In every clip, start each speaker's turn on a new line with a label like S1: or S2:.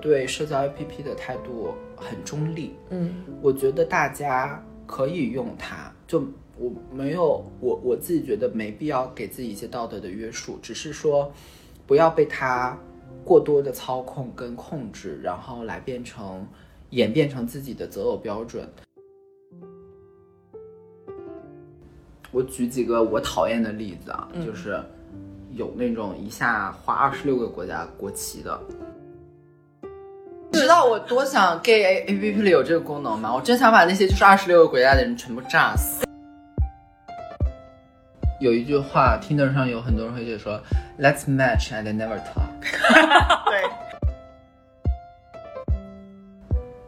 S1: 对社交 APP 的态度很中立，
S2: 嗯
S1: 我觉得大家可以用它，就我没有我我自己觉得没必要给自己一些道德的约束，只是说不要被它过多的操控跟控制，然后来变成演变成自己的择偶标准。我举几个我讨厌的例子啊，
S2: 嗯
S1: 就是有那种一下画二十六个国家国旗的。你知道我多想 gay A A P P 里有这个功能吗？我真想把那些就是二十六个国家的人全部炸死。有一句话，Tinder 上有很多人会就说 “Let's match and never talk”。
S2: 对，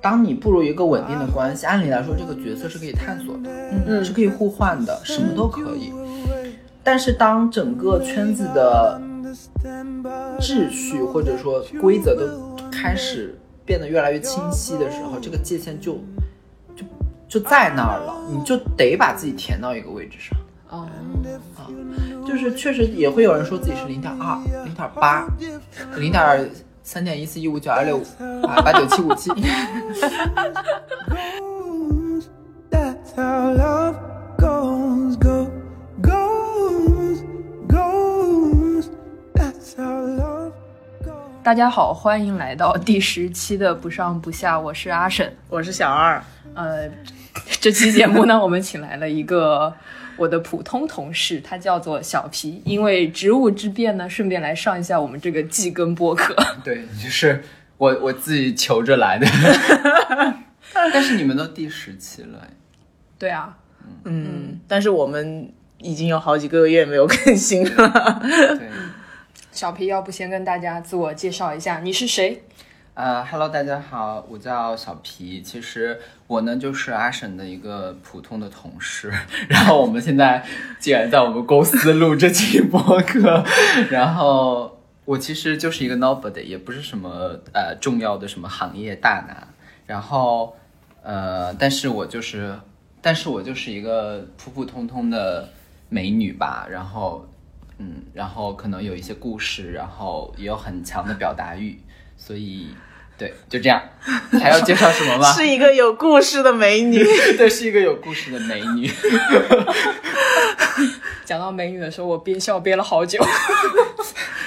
S1: 当你步入一个稳定的关系，按理来说这个角色是可以探索的，
S2: 啊嗯
S1: 是可以互换的，什么都可以。但是当整个圈子的秩序或者说规则都开始变得越来越清晰的时候，这个界限就就就在那儿了，你就得把自己填到一个位置上。啊
S2: 哦，
S1: 就是确实也会有人说自己是零点二、零点八、零点三点一四一五九二六五啊八九七五七，
S3: goes. That's how love goes, go, goes, goes. That's how love goes.
S2: 大家好，欢迎来到第十期的不上不下，我是阿沈，
S4: 我是小二，
S2: 呃，这期节目呢，我们请来了一个我的普通同事，他叫做小皮。因为职务之便呢，顺便来上一下我们这个季更播客。
S1: 对，就是我我自己求着来的。 但是你们都第十期了，
S2: 对啊，
S4: 嗯，但是我们已经有好几个月没有更新 了。
S1: 对，
S2: 小皮，要不先跟大家自我介绍一下，你是谁？
S1: 呃哈喽，大家好，我叫小皮。其实我呢就是阿沈的一个普通的同事， 然后我们现在既然在我们公司录这期播客， 然后我其实就是一个 nobody，也不是什么呃重要的什么行业大拿，然后呃，但是我就是，但是我就是一个普普通通的美女吧，然后嗯，然后可能有一些故事，然后也有很强的表达欲，所以对，就这样。还要介绍什么吗？
S4: 是一个有故事的美 女，
S1: 对，是一个有故事的美女。
S2: 讲到美女的时候，我憋笑憋了好久，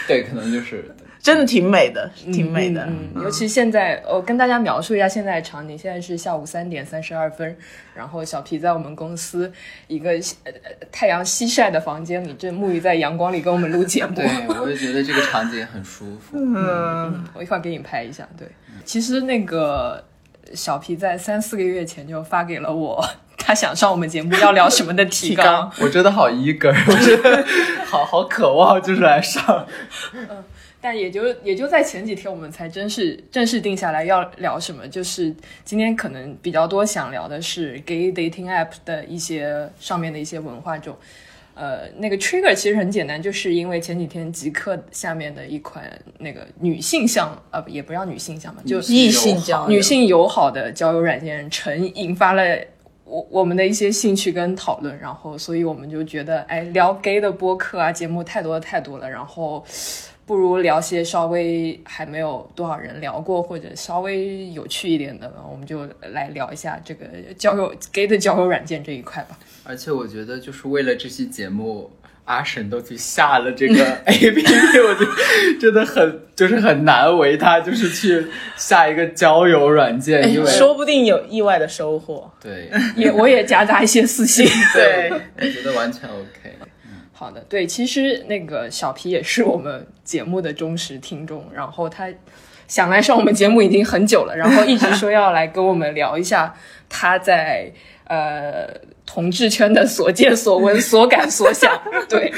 S1: 对，可能就是
S4: 真的挺美的，挺美的。
S2: 嗯，嗯尤其现在，我、跟大家描述一下现在的场景，现在是下午三点三十二分，然后小皮在我们公司一个呃呃太阳西晒的房间里，正沐浴在阳光里跟我们录节目。
S1: 对，我就觉得这个场景很舒服。
S4: 嗯，
S2: 我一会儿给你拍一下。对，其实那个小皮在三四个月前就发给了我，他想上我们节目要聊什么的提
S4: 提纲
S2: 纲。
S1: 我真的好 eager，我 真的好好渴望，就是来上。
S2: 但也就也就在前几天，我们才真是正式定下来要聊什么。就是今天可能比较多想聊的是 gay dating app 的一些上面的一些文化这种。呃，那个 trigger 其实很简单，就是因为前几天极客下面的一款那个女性向，呃，也不叫女性向吧， 就
S4: 异性交
S1: 交
S4: 友
S2: 女性友好的交友软件成引发了我我们的一些兴趣跟讨论，然后所以我们就觉得，哎，聊 gay 的播客啊节目太多太多了，然后不如聊些稍微还没有多少人聊过或者稍微有趣一点的，我们就来聊一下这个交友 gay 的交友软件这一块吧。
S1: 而且我觉得，就是为了这期节目，阿沈都去下了 这个 A P P，我觉得真的很就是很难为他，就是去下一个交友软件，因为
S4: 说不定有意外的收获。
S1: 对
S2: 哎也我也夹杂一些私心。
S4: 对，
S1: 我觉得完全 OK。
S2: 好的，对，其实那个小皮也是我们节目的忠实听众，然后他想来上我们节目已经很久了，然后一直说要来跟我们聊一下他在呃同志圈的所见所闻、所感所想。对，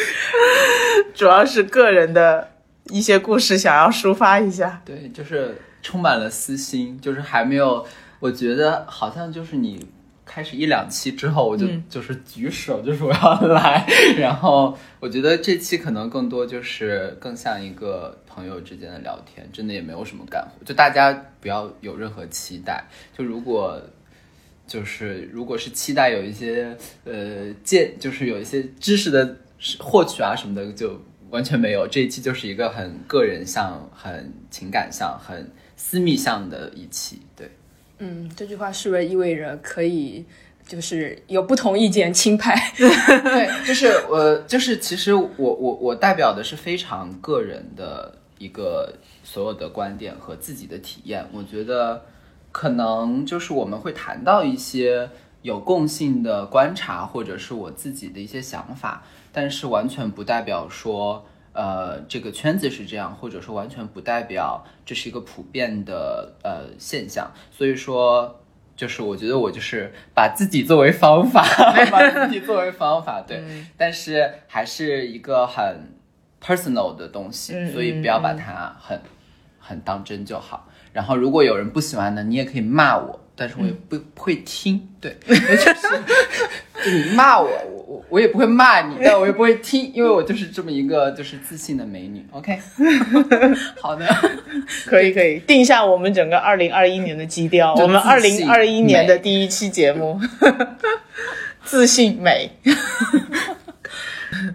S4: 主要是个人的一些故事想要抒发一下。
S1: 对，就是充满了私心，就是还没有，我觉得好像就是你开始一两期之后，我就、就是举手，就是我要来， 然后我觉得这期可能更多就是更像一个朋友之间的聊天，真的也没有什么干货，就大家不要有任何期待，就如果。就是，如果是期待有一些呃见，就是有一些知识的获取啊什么的，就完全没有。这一期就是一个很个人向、很情感向、很私密向的一期。对，
S2: 嗯，这句话是不是意味着可以就是有不同意见轻拍？
S1: 对，就是我，就是其实我我我代表的是非常个人的一个所有的观点和自己的体验。我觉得可能就是我们会谈到一些有共性的观察，或者是我自己的一些想法，但是完全不代表说。呃，这个圈子是这样，或者说完全不代表这是一个普遍的呃现象。所以说，就是我觉得我就是把自己作为方法， 把自己作为方法，对，
S4: 嗯
S1: 但是还是一个很 personal 的东西，
S4: 嗯
S1: 所以不要把它很很当真就好。然后如果有人不喜欢的，你也可以骂我，但是我也
S4: 嗯
S1: 不不会听，对， 就是就你骂我，我我我也不会骂你，但我也不会听，因为我就是这么一个就是自信的美女。OK，
S2: 好的，
S4: 可以可以，定下我们整个二零二一年的基调，
S1: 就
S4: 我们二
S1: 自信
S4: 零二一年的
S1: 美
S4: 第一期节 目，自信美。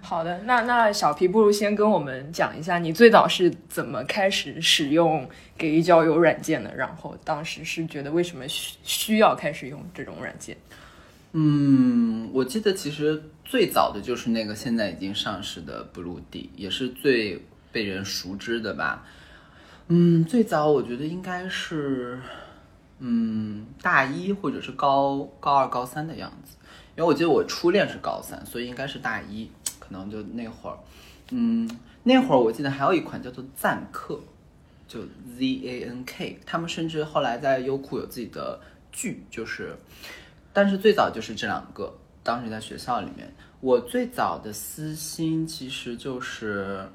S2: 好的。那那小皮不如先跟我们讲一下，你最早是怎么开始使用给予交友软件的？然后当时是觉得为什么需需要开始用这种软件？
S1: 嗯，我记得其实最早的就是那个现在已经上市的 Blue D，也是最被人熟知的吧。嗯，最早我觉得应该是，嗯，大一或者是高高二、高三的样子，因为我记得我初恋是高三，所以应该是大一，可能就那会儿。嗯，那会儿我记得还有一款叫做赞客，就 Z A N K，他们甚至后来在优酷有自己的剧，就是但是最早就是这两个，当时在学校里面，我最早的私心其实就是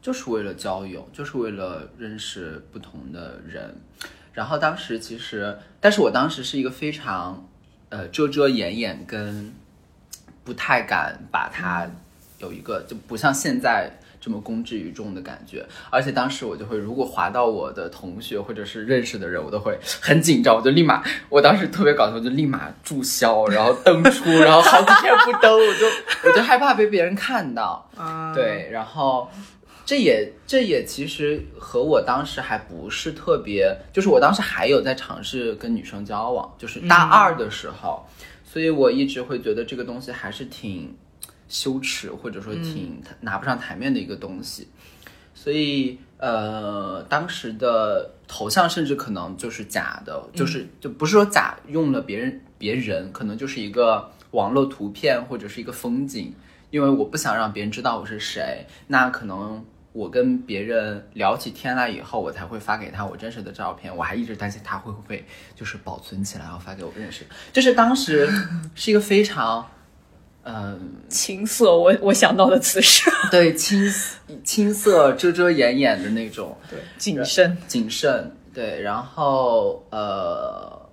S1: 就是为了交友，就是为了认识不同的人。然后当时其实，但是我当时是一个非常呃遮遮掩掩跟不太敢把它有一个就不像现在这么公之于众的感觉。而且当时我就会，如果划到我的同学或者是认识的人，我都会很紧张，我就立马，我当时特别搞笑，我就立马注销，然后登出，然后好几天不登，我就我就害怕被别人看到。
S4: 啊，
S1: 对，然后这也这也其实和我当时还不是特别，就是我当时还有在尝试跟女生交往，就是大二的时候，所以我一直会觉得这个东西还是挺羞耻，或者说挺拿不上台面的一个东西，所以呃，当时的头像甚至可能就是假的，就是就不是说假用了别人别人，可能就是一个网络图片或者是一个风景，因为我不想让别人知道我是谁，那可能。我跟别人聊起天来以后，我才会发给他我真实的照片。我还一直担心他会不会就是保存起来，然后发给我认识。就是当时是一个非常，嗯、
S2: 青涩，我我想到的词是，
S1: 对青青涩遮遮掩掩的那种，
S4: 对，谨慎。
S1: 谨慎，对，然后呃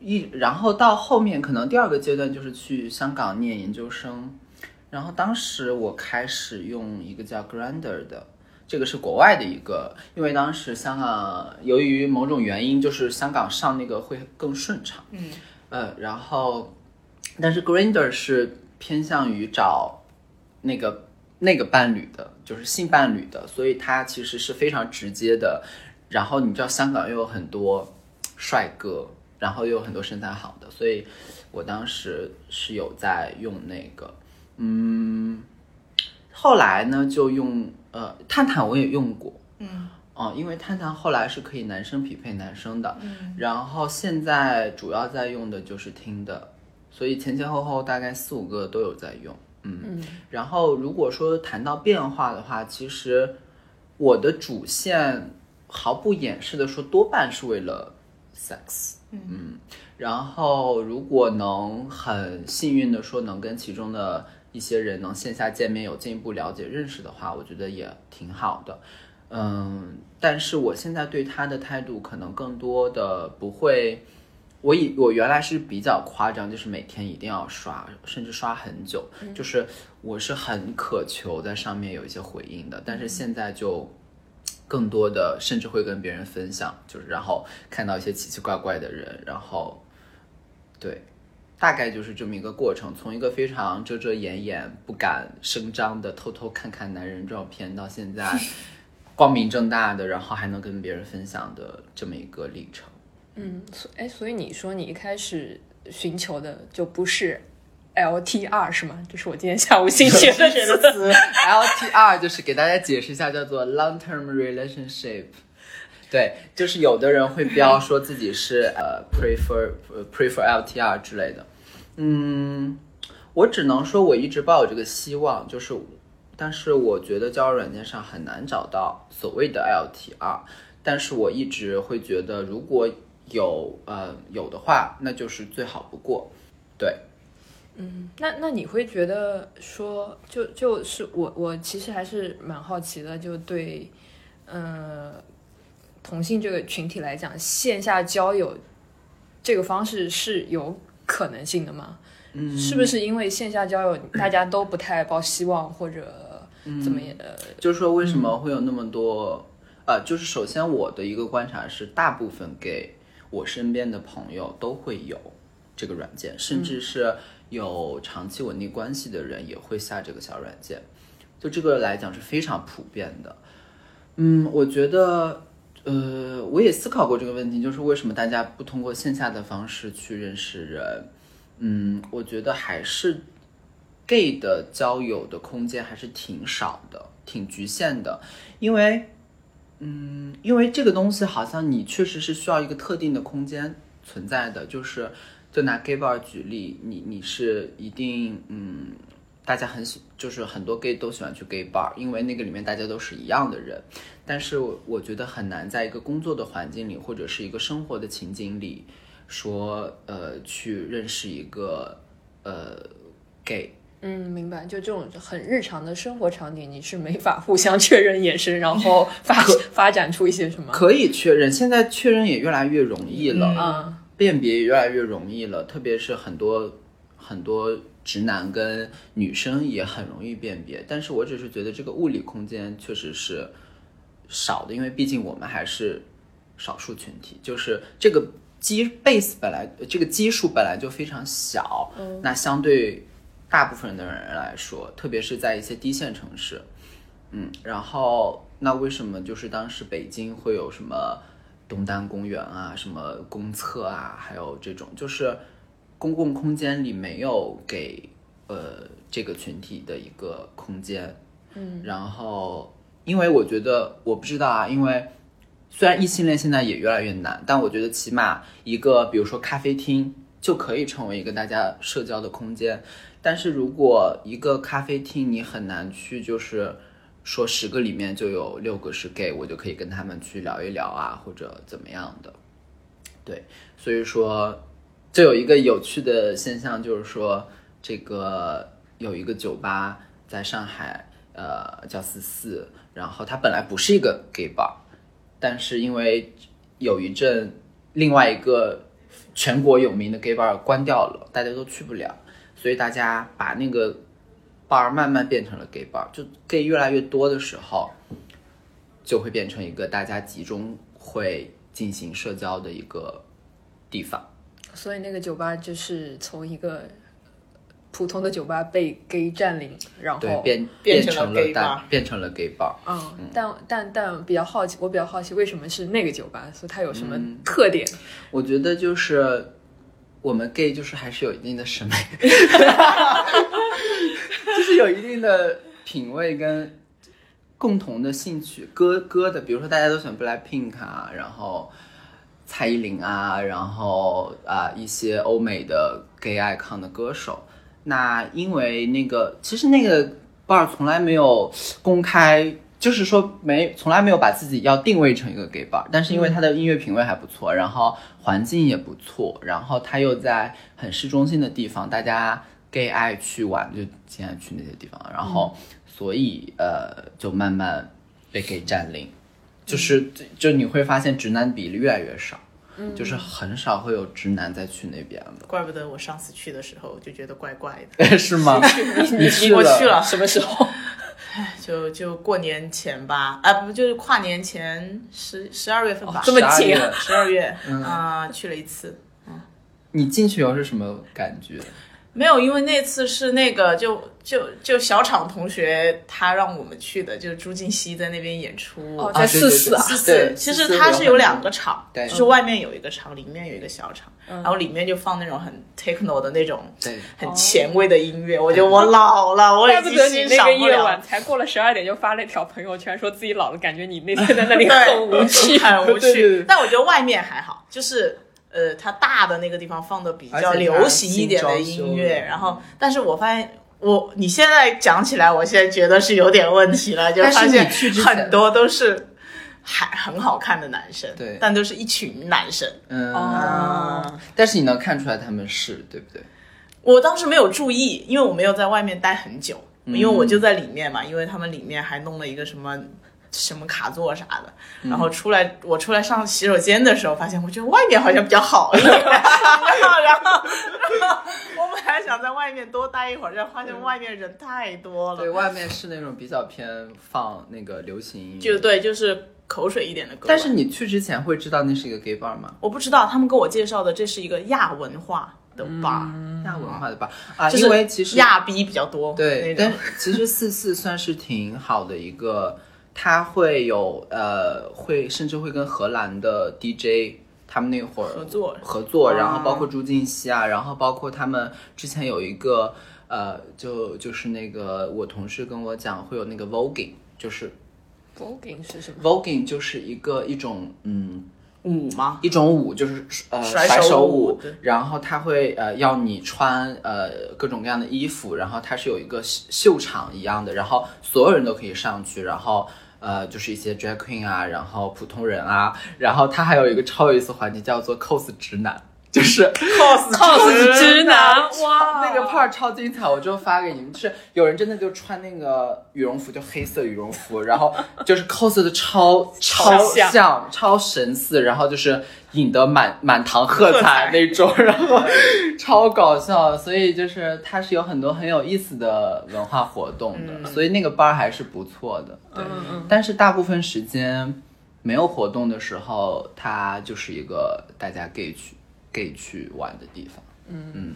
S1: 一，然后到后面可能第二个阶段就是去香港念研究生，然后当时我开始用一个叫 Grander 的。这个是国外的一个，因为当时香港由于某种原因，就是香港上那个会更顺畅，嗯，呃，然后，但是 Grinder 是偏向于找那个那个伴侣的，就是性伴侣的，所以它其实是非常直接的，然后你知道香港又有很多帅哥，然后又有很多身材好的，所以我当时是有在用那个，嗯，后来呢就用呃探探我也用过，
S4: 嗯，
S1: 哦，因为探探后来是可以男生匹配男生的，嗯，然后现在主要在用的就是听的，所以前前后后大概四五个都有在用，嗯，
S2: 嗯
S1: 然后如果说谈到变化的话，其实我的主线毫不掩饰的说，多半是为了 sex。嗯，然后如果能很幸运的说能跟其中的一些人能线下见面，有进一步了解认识的话，我觉得也挺好的。嗯，但是我现在对他的态度可能更多的不会，我以我原来是比较夸张，就是每天一定要刷，甚至刷很久，就是我是很渴求在上面有一些回应的，但是现在就更多的甚至会跟别人分享，就是然后看到一些奇奇怪怪的人，然后对，大概就是这么一个过程，从一个非常遮遮掩掩、不敢声张的偷偷看看男人照片，到现在光明正大的，然后还能跟别人分享的这么一个历程。
S2: 嗯，所 哎，所以你说你一开始寻求的就不是 LTR 是吗？这是我今天下午新学的这个词。
S1: LTR 就是给大家解释一下，叫做 long term relationship。对，就是有的人会标说自己是呃 prefer 呃 prefer LTR 之类的。嗯，我只能说我一直抱有这个希望，就是，但是我觉得交友软件上很难找到所谓的 LTR。但是我一直会觉得，如果有呃有的话，那就是最好不过。对，
S2: 那那你会觉得说，就就是我我其实还是蛮好奇的，就对，呃，同性这个群体来讲，线下交友这个方式是有可能性的吗？嗯，是不是因为线下交友大家都不太抱希望或者怎么也、
S1: 就是说为什么会有那么多？呃，就是首先我的一个观察是，大部分给我身边的朋友都会有这个软件，甚至是有长期稳定关系的人也会下这个小软件。就这个来讲是非常普遍的。嗯，我觉得，呃，我也思考过这个问题，就是为什么大家不通过线下的方式去认识人？嗯，我觉得还是 gay 的交友的空间还是挺少的，挺局限的，因为，嗯，因为这个东西好像你确实是需要一个特定的空间存在的，就是就拿 gay bar 举例，你你是一定，嗯，大家很喜，就是很多 gay 都喜欢去 gay bar，因为那个里面大家都是一样的人，但是我我觉得很难在一个工作的环境里或者是一个生活的情景里。说呃，去认识一个呃 gay，
S2: 嗯，明白。就这种很日常的生活场景，你是没法互相 确认眼神，然后发发展出一些什么？
S1: 可以确认，现在确认也越来越容易了，
S2: 嗯
S1: 辨别也越来越容易了，特别是很多很多直男跟女生也很容易辨别。但是我只是觉得这个物理空间确实是少的，因为毕竟我们还是少数群体，就是这个基 base 本来这个基数本来就非常小，那相对大部分的人来说，特别是在一些低线城市，嗯，然后那为什么就是当时北京会有什么东单公园啊、什么公厕啊，还有这种就是公共空间里没有给呃这个群体的一个空间，嗯，然后因为我觉得我不知道啊，因为。虽然异性恋现在也越来越难，但我觉得起码一个，比如说咖啡厅，就可以成为一个大家社交的空间。但是如果一个咖啡厅，你很难去，就是说十个里面就有六个是 gay，我就可以跟他们去聊一聊啊，或者怎么样的。对，所以说，这有一个有趣的现象，就是说，这个有一个酒吧在上海，呃，叫四四，然后它本来不是一个 gay bar，但是因为有一阵另外一个全国有名的 gay bar 关掉了，大家都去不了，所以大家把那个 bar 慢慢变成了 gay bar，就 gay 越来越多的时候，就会变成一个大家集中会进行社交的一个地方。
S2: 所以那个酒吧就是从一个普通的酒吧被 gay 占领，然后
S1: 对，变
S4: 哦变成
S1: 成
S4: 了
S1: 了
S4: gay
S1: 大
S4: bar
S1: 变成了 gay bar。
S2: 嗯，但但但比较好奇，我比较好奇为什么是那个酒吧，所以它有什么特点？
S1: 我觉得就是我们 gay 就是还是有一定的审美， 就是有一定的品味跟共同的兴趣歌歌的，比如说大家都喜欢 BLACKPINK 啊，然后蔡依林啊，然后啊一些欧美的 gay icon 的歌手。那因为那个其实那个 bar 从来没有公开。就是说没从来没有把自己要定位成一个 gay bar，但是因为他的音乐品味还不错，然后环境也不错，然后他又在很市中心的地方，大家 gay 爱去玩就现在去那些地方，然后所以呃就慢慢被 gay 占领，就是就就你会发现直男比例越来越少，
S4: 嗯
S1: 就是很少会有直男再去那边了，
S4: 怪不得我上次去的时候就觉得怪怪 的。
S1: 是吗？ 你去
S4: 我去
S1: 了，
S4: 了，
S2: 什么时候？
S4: 就就过年前吧，啊不就是跨年前十十二月份吧，
S2: 这么
S1: 12
S2: 近
S1: 月
S4: 嗯十二月啊、去了一次，
S1: 你进去以后是什么感觉？
S4: 没有，因为那次是那个就就就小厂同学他让我们去的，就是朱婧汐在那边演出。
S2: 哦，
S1: 啊
S2: 在
S1: 对
S2: 四四啊，
S1: 对
S4: 四
S1: 对嗯
S4: 四，其实它是有两个场，
S1: 对嗯
S4: 就是外面有一个场，里面有一个小场，然后里面就放那种很 techno 的那种
S1: 对，
S4: 很前卫的音乐。我觉得我老了，我
S2: 怪
S4: 已
S2: 不
S4: 经
S2: 得你
S4: 欣
S2: 那
S4: 赏
S2: 个
S4: 不
S2: 夜晚
S4: 了。
S2: 才过了十二点就发了一条朋友圈，说自己老了，感觉你那天在那里很无
S4: 对，
S2: 趣。
S4: 很 无
S1: 对对对
S4: 趣。但我觉得外面还好，就是呃，它大的那个地方放的比较流行一点的音
S1: 而且它新装
S4: 乐
S1: 修，的
S4: 然后但是我发现。我你现在讲起来，我现在觉得是有点问题了，就
S1: 但是
S4: 发现
S1: 你去之前
S4: 很多都是还很好看的男生，
S1: 对
S4: 但都是一群男生，
S1: 嗯，
S2: 哦，
S1: 但是你能看出来他们是对不对？
S4: 我当时没有注意，因为我没有在外面待很久，
S1: 嗯
S4: 因为我就在里面嘛，因为他们里面还弄了一个什么。什么卡座啥的，
S1: 嗯
S4: 然后出来，我出来上洗手间的时候，发现我觉得外面好像比较好 一点，然后然后然后我本来想在外面多待一会儿，但发现外面人太多
S1: 对
S4: 了，
S1: 外面是那种比较偏放那个流行音乐，
S4: 就对，就是口水一点的歌吧。
S1: 但是你去之前会知道那是一个 gay bar 吗？
S4: 我不知道，他们跟我介绍的这是一个亚文化的 bar，、
S1: 亚文化的 bar 啊，
S4: 就
S1: 嗯
S4: 是
S1: 因为其实
S4: 亚逼比较多，
S1: 对，
S4: 那
S1: 但
S4: 种
S1: 其实四四算是挺好的一个，它会有呃，会甚至会跟荷兰的 DJ 他们那会儿
S4: 合作
S1: 合作，
S4: 啊
S1: 然后包括朱婧汐啊，然后包括他们之前有一个呃，就就是那个我同事跟我讲会有那个 voguing，就是
S2: voguing 是什么？
S1: voguing 就是一个一种嗯
S4: 舞吗？
S1: 一种舞就是呃
S4: 甩手
S1: 手
S4: 舞对
S1: 然后他会呃要你穿呃各种各样的衣服，然后它是有一个秀秀场一样的，然后所有人都可以上去，然后。呃，就是一些 drag queen 啊，然后普通人啊，然后它还有一个超有意思的环节叫做 cos 直男， 就是
S4: cos
S2: cos 直男，哇，
S4: 哦
S1: 那个 part 超精彩，我之后发给你们。就是有人真的就穿那个羽绒服，就黑色羽绒服，然后就是 cos 的超超
S2: 像
S1: 像、超神似，然后就是引得满满堂喝彩
S4: 喝彩
S1: 那种，然后超搞笑。所以就是它是有很多很有意思的文化活动的，所以那个班儿还是不错的。对，但是大部分时间没有活动的时候，它就是一个大家 gay 去 gay 去玩的地方。嗯，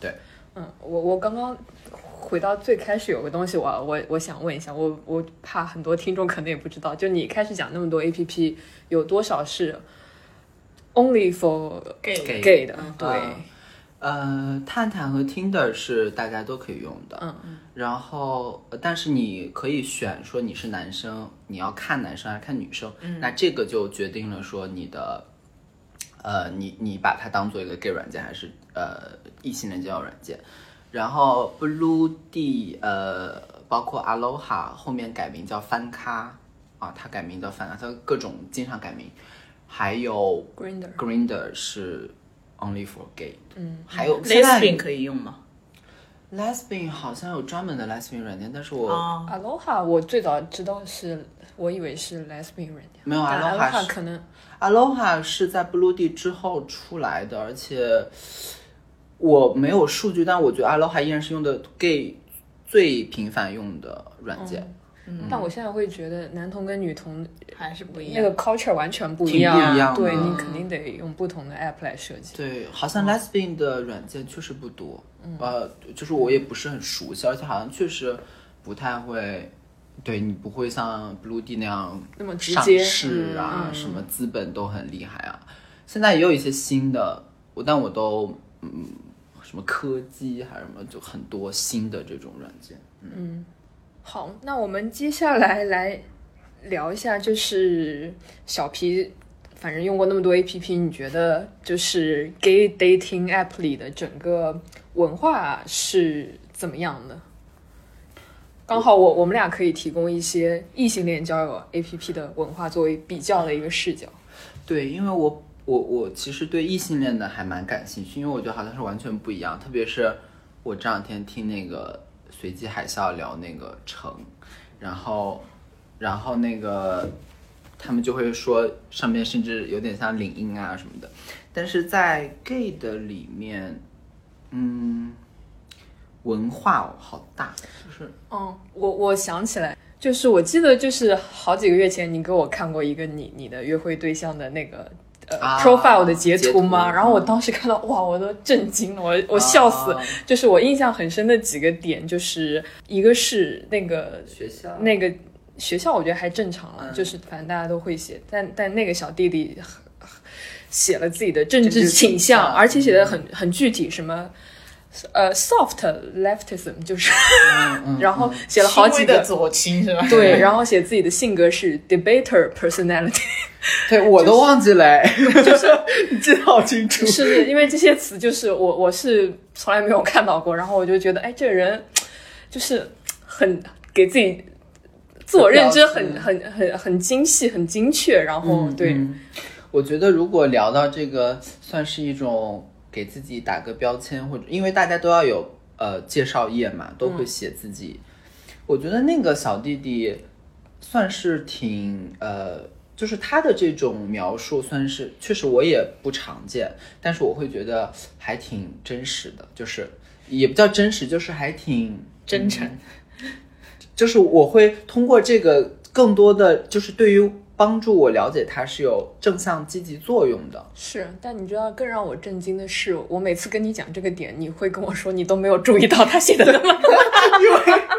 S1: 对。
S2: 嗯，我我刚刚回到最开始有个东西我，我我想问一下，我我怕很多听众可能也不知道，就你开始讲那么多 A P P，有多少是 only for
S1: gay
S4: gay
S2: gay 的？对，
S1: 嗯呃，探探和 Tinder 是大家都可以用的，
S2: 嗯，
S1: 然后呃但是你可以选说你是男生，你要看男生还是看女生，
S2: 嗯
S1: 那这个就决定了说你的，呃，你你把它当做一个 gay 软件还是呃异性恋交友软件，然后 Blue D 呃，包括 Aloha 后面改名叫翻咖啊，它改名叫翻咖，它各种经常改名，还有
S2: Grindr
S1: Grinder 是 only for gay，嗯，还有
S4: lesbian 可以用吗？
S1: lesbian 好像有专门的 lesbian 软件，但是我、
S4: 啊，
S2: Aloha，我最早知道是，我以为是 lesbian 人家，
S1: 没有啊
S2: 但
S1: Aloha
S2: Aloha
S1: 是
S2: 可能
S1: Aloha 是在 Blue D 之后出来的，而且我没有数据，但我觉得 Aloha 依然是用的 gay 最频繁用的软件，嗯
S2: 但我现在会觉得男同跟女同
S4: 还是不一
S2: 那
S4: 样。
S2: 个 culture 完全不
S1: 挺
S2: 一
S1: 不
S2: 样，
S1: 一样的嗯
S2: 对你肯定得用不同的 app 来设计。
S1: 对，好像 lesbian 的软件确实不多，
S2: 嗯
S1: 呃，就是我也不是很熟悉，而且好像确实不太会，对你不会像 Blue D 那样
S2: 那么直
S1: 上
S2: 接嗯
S1: 市啊，什么资本都很厉害啊。现在也有一些新的，我但我都嗯，什么科技还是什么，就很多新的这种软件。
S2: 好，那我们接下来来聊一下，就是小皮，反正用过那么多 A P P，你觉得就是 gay dating app 里的整个文化是怎么样的？刚好我我们俩可以提供一些异性恋交友 A P P 的文化作为比较的一个视角。
S1: 对，因为我我我其实对异性恋的还蛮感兴趣，因为我觉得好像是完全不一样。特别是我这两天听那个随机海啸聊那个城，然后然后那个他们就会说上面甚至有点像领英啊什么的，但是在 gay 的里面，嗯，文化哦好大，就是
S2: 嗯，我我想起来，就是我记得就是好几个月前你给我看过一个你你的约会对象的那个呃、
S1: 啊
S2: profile 的截
S1: 截
S2: 图吗？
S1: 图嗯
S2: 然后我当时看到，哇，我都震惊了，我我笑死。
S1: 啊
S2: 就是我印象很深的几个点，就是一个是那个
S1: 学校
S2: 那个学校，我觉得还正常了，
S1: 嗯
S2: 就是反正大家都会写，但但那个小弟弟 写了自己的政
S1: 政
S2: 治
S1: 治倾
S2: 倾向，
S1: 向
S2: 而且写的很很具体，什么呃 soft leftism，就是， 然后写了好几
S4: 轻微的
S2: 个。
S4: 左倾是吧？
S2: 对，然后写自己的性格是 debater personality，
S1: 对我都忘记了，就是 你记得好清楚。
S2: 是因为这些词就是我我是从来没有看到过，然后我就觉得，哎，这个人就是很给自己自我认知很很很很精细、很精确，然后对，
S1: 嗯我觉得如果聊到这个，算是一种给自己打个标签，或者因为大家都要有呃介绍页嘛，都会写自己。我觉得那个小弟弟算是挺呃，就是他的这种描述算是确实我也不常见，但是我会觉得还挺真实的，就是也不叫真实，就是还挺嗯
S4: 真诚。
S1: 就是我会通过这个更多的，就是对于帮助我了解他是有正向积极作用的。
S2: 是，但你知道更让我震惊的是，我每次跟你讲这个点，你会跟我说你都没有注意到他写的那么多。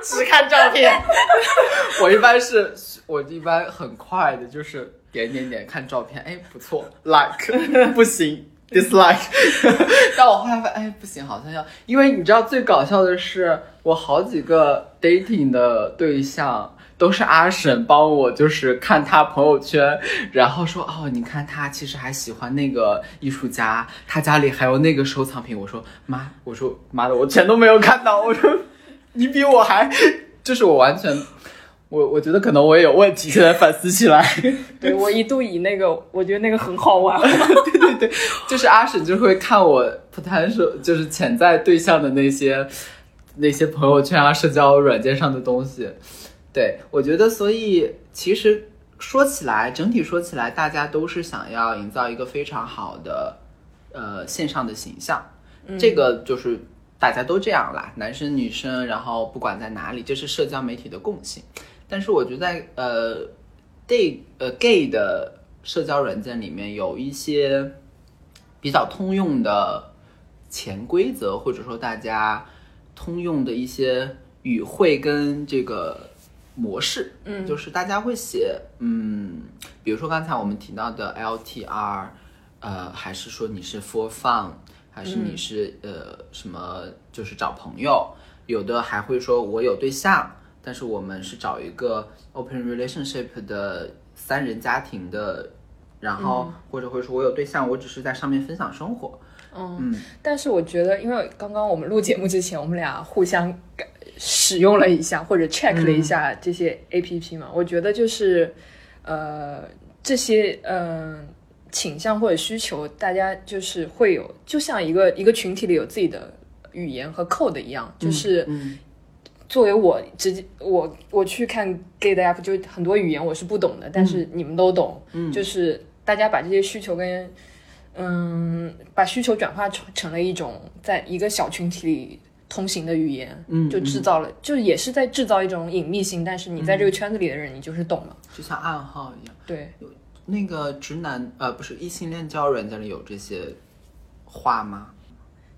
S4: 只看照片，
S1: 我一般是，我一般很快的，就是点点点看照片，哎，不错，like，不行。dislike，但我后来发现，哎，不行，好像要，因为你知道最搞笑的是，我好几个 dating 的对象都是阿婶帮我，就是看他朋友圈，然后说，哦，你看他其实还喜欢那个艺术家，他家里还有那个收藏品。我说妈，我说妈的，我全都没有看到，我说你比我还，就是我完全，我我觉得可能我也有问题，现在反思起来。
S2: 对我一度以那个，我觉得那个很好玩。
S1: 就是阿婶就会看我 potential，就是潜在对象的那些那些朋友圈啊、社交软件上的东西。对我觉得，所以其实说起来，整体说起来，大家都是想要营造一个非常好的呃线上的形象，这个就是。大家都这样啦，男生女生，然后不管在哪里，这是社交媒体的共性。但是我觉得在呃 gay 呃 gay 的社交软件里面有一些比较通用的潜规则，或者说大家通用的一些语汇跟这个模式，嗯，就是大家会写，嗯，比如说刚才我们提到的 LTR，呃，还是说你是 for fun，还是你是、呃什么，就是找朋友，有的还会说我有对象，但是我们是找一个 open relationship 的三人家庭的。然后或者会说，我有对象，我只是在上面分享生活。
S2: 但是我觉得，因为刚刚我们录节目之前，我们俩互相感使用了一下，或者 check 了
S1: 嗯
S2: 一下这些 A P P 嘛，我觉得就是，呃，这些嗯、呃倾向或者需求，大家就是会有，就像一个一个群体里有自己的语言和 code 一样，就是。
S1: 嗯
S2: 作为我直接我我去看 gay 的 app，就很多语言我是不懂的，但
S1: 嗯
S2: 是你们都懂，就是大家把这些需求跟嗯，把需求转化成成了一种在一个小群体里通行的语言，
S1: 嗯
S2: 就制造了，就是也是在制造一种隐秘性，但是你在这个圈子里的人，你就是懂了，
S1: 就像暗号一样。
S2: 对，
S1: 那个直男呃，不是异性恋交友软件里有这些话吗？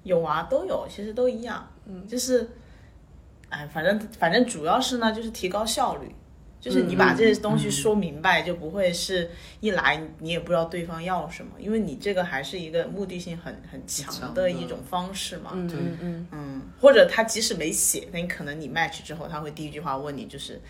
S4: 有啊，都有，其实都一样。嗯，就是，哎，反正反正主要是呢，就是提高效率，就是你把这些东西说明白，就不会是一来你也不知道对方要什么，因为你这个还是一个目的性很很强
S1: 强
S4: 的
S1: 的
S4: 一种方式嘛。
S2: 嗯嗯嗯，
S4: 嗯，或者他即使没写，但可能你 match 之后，他会第一句话问你就是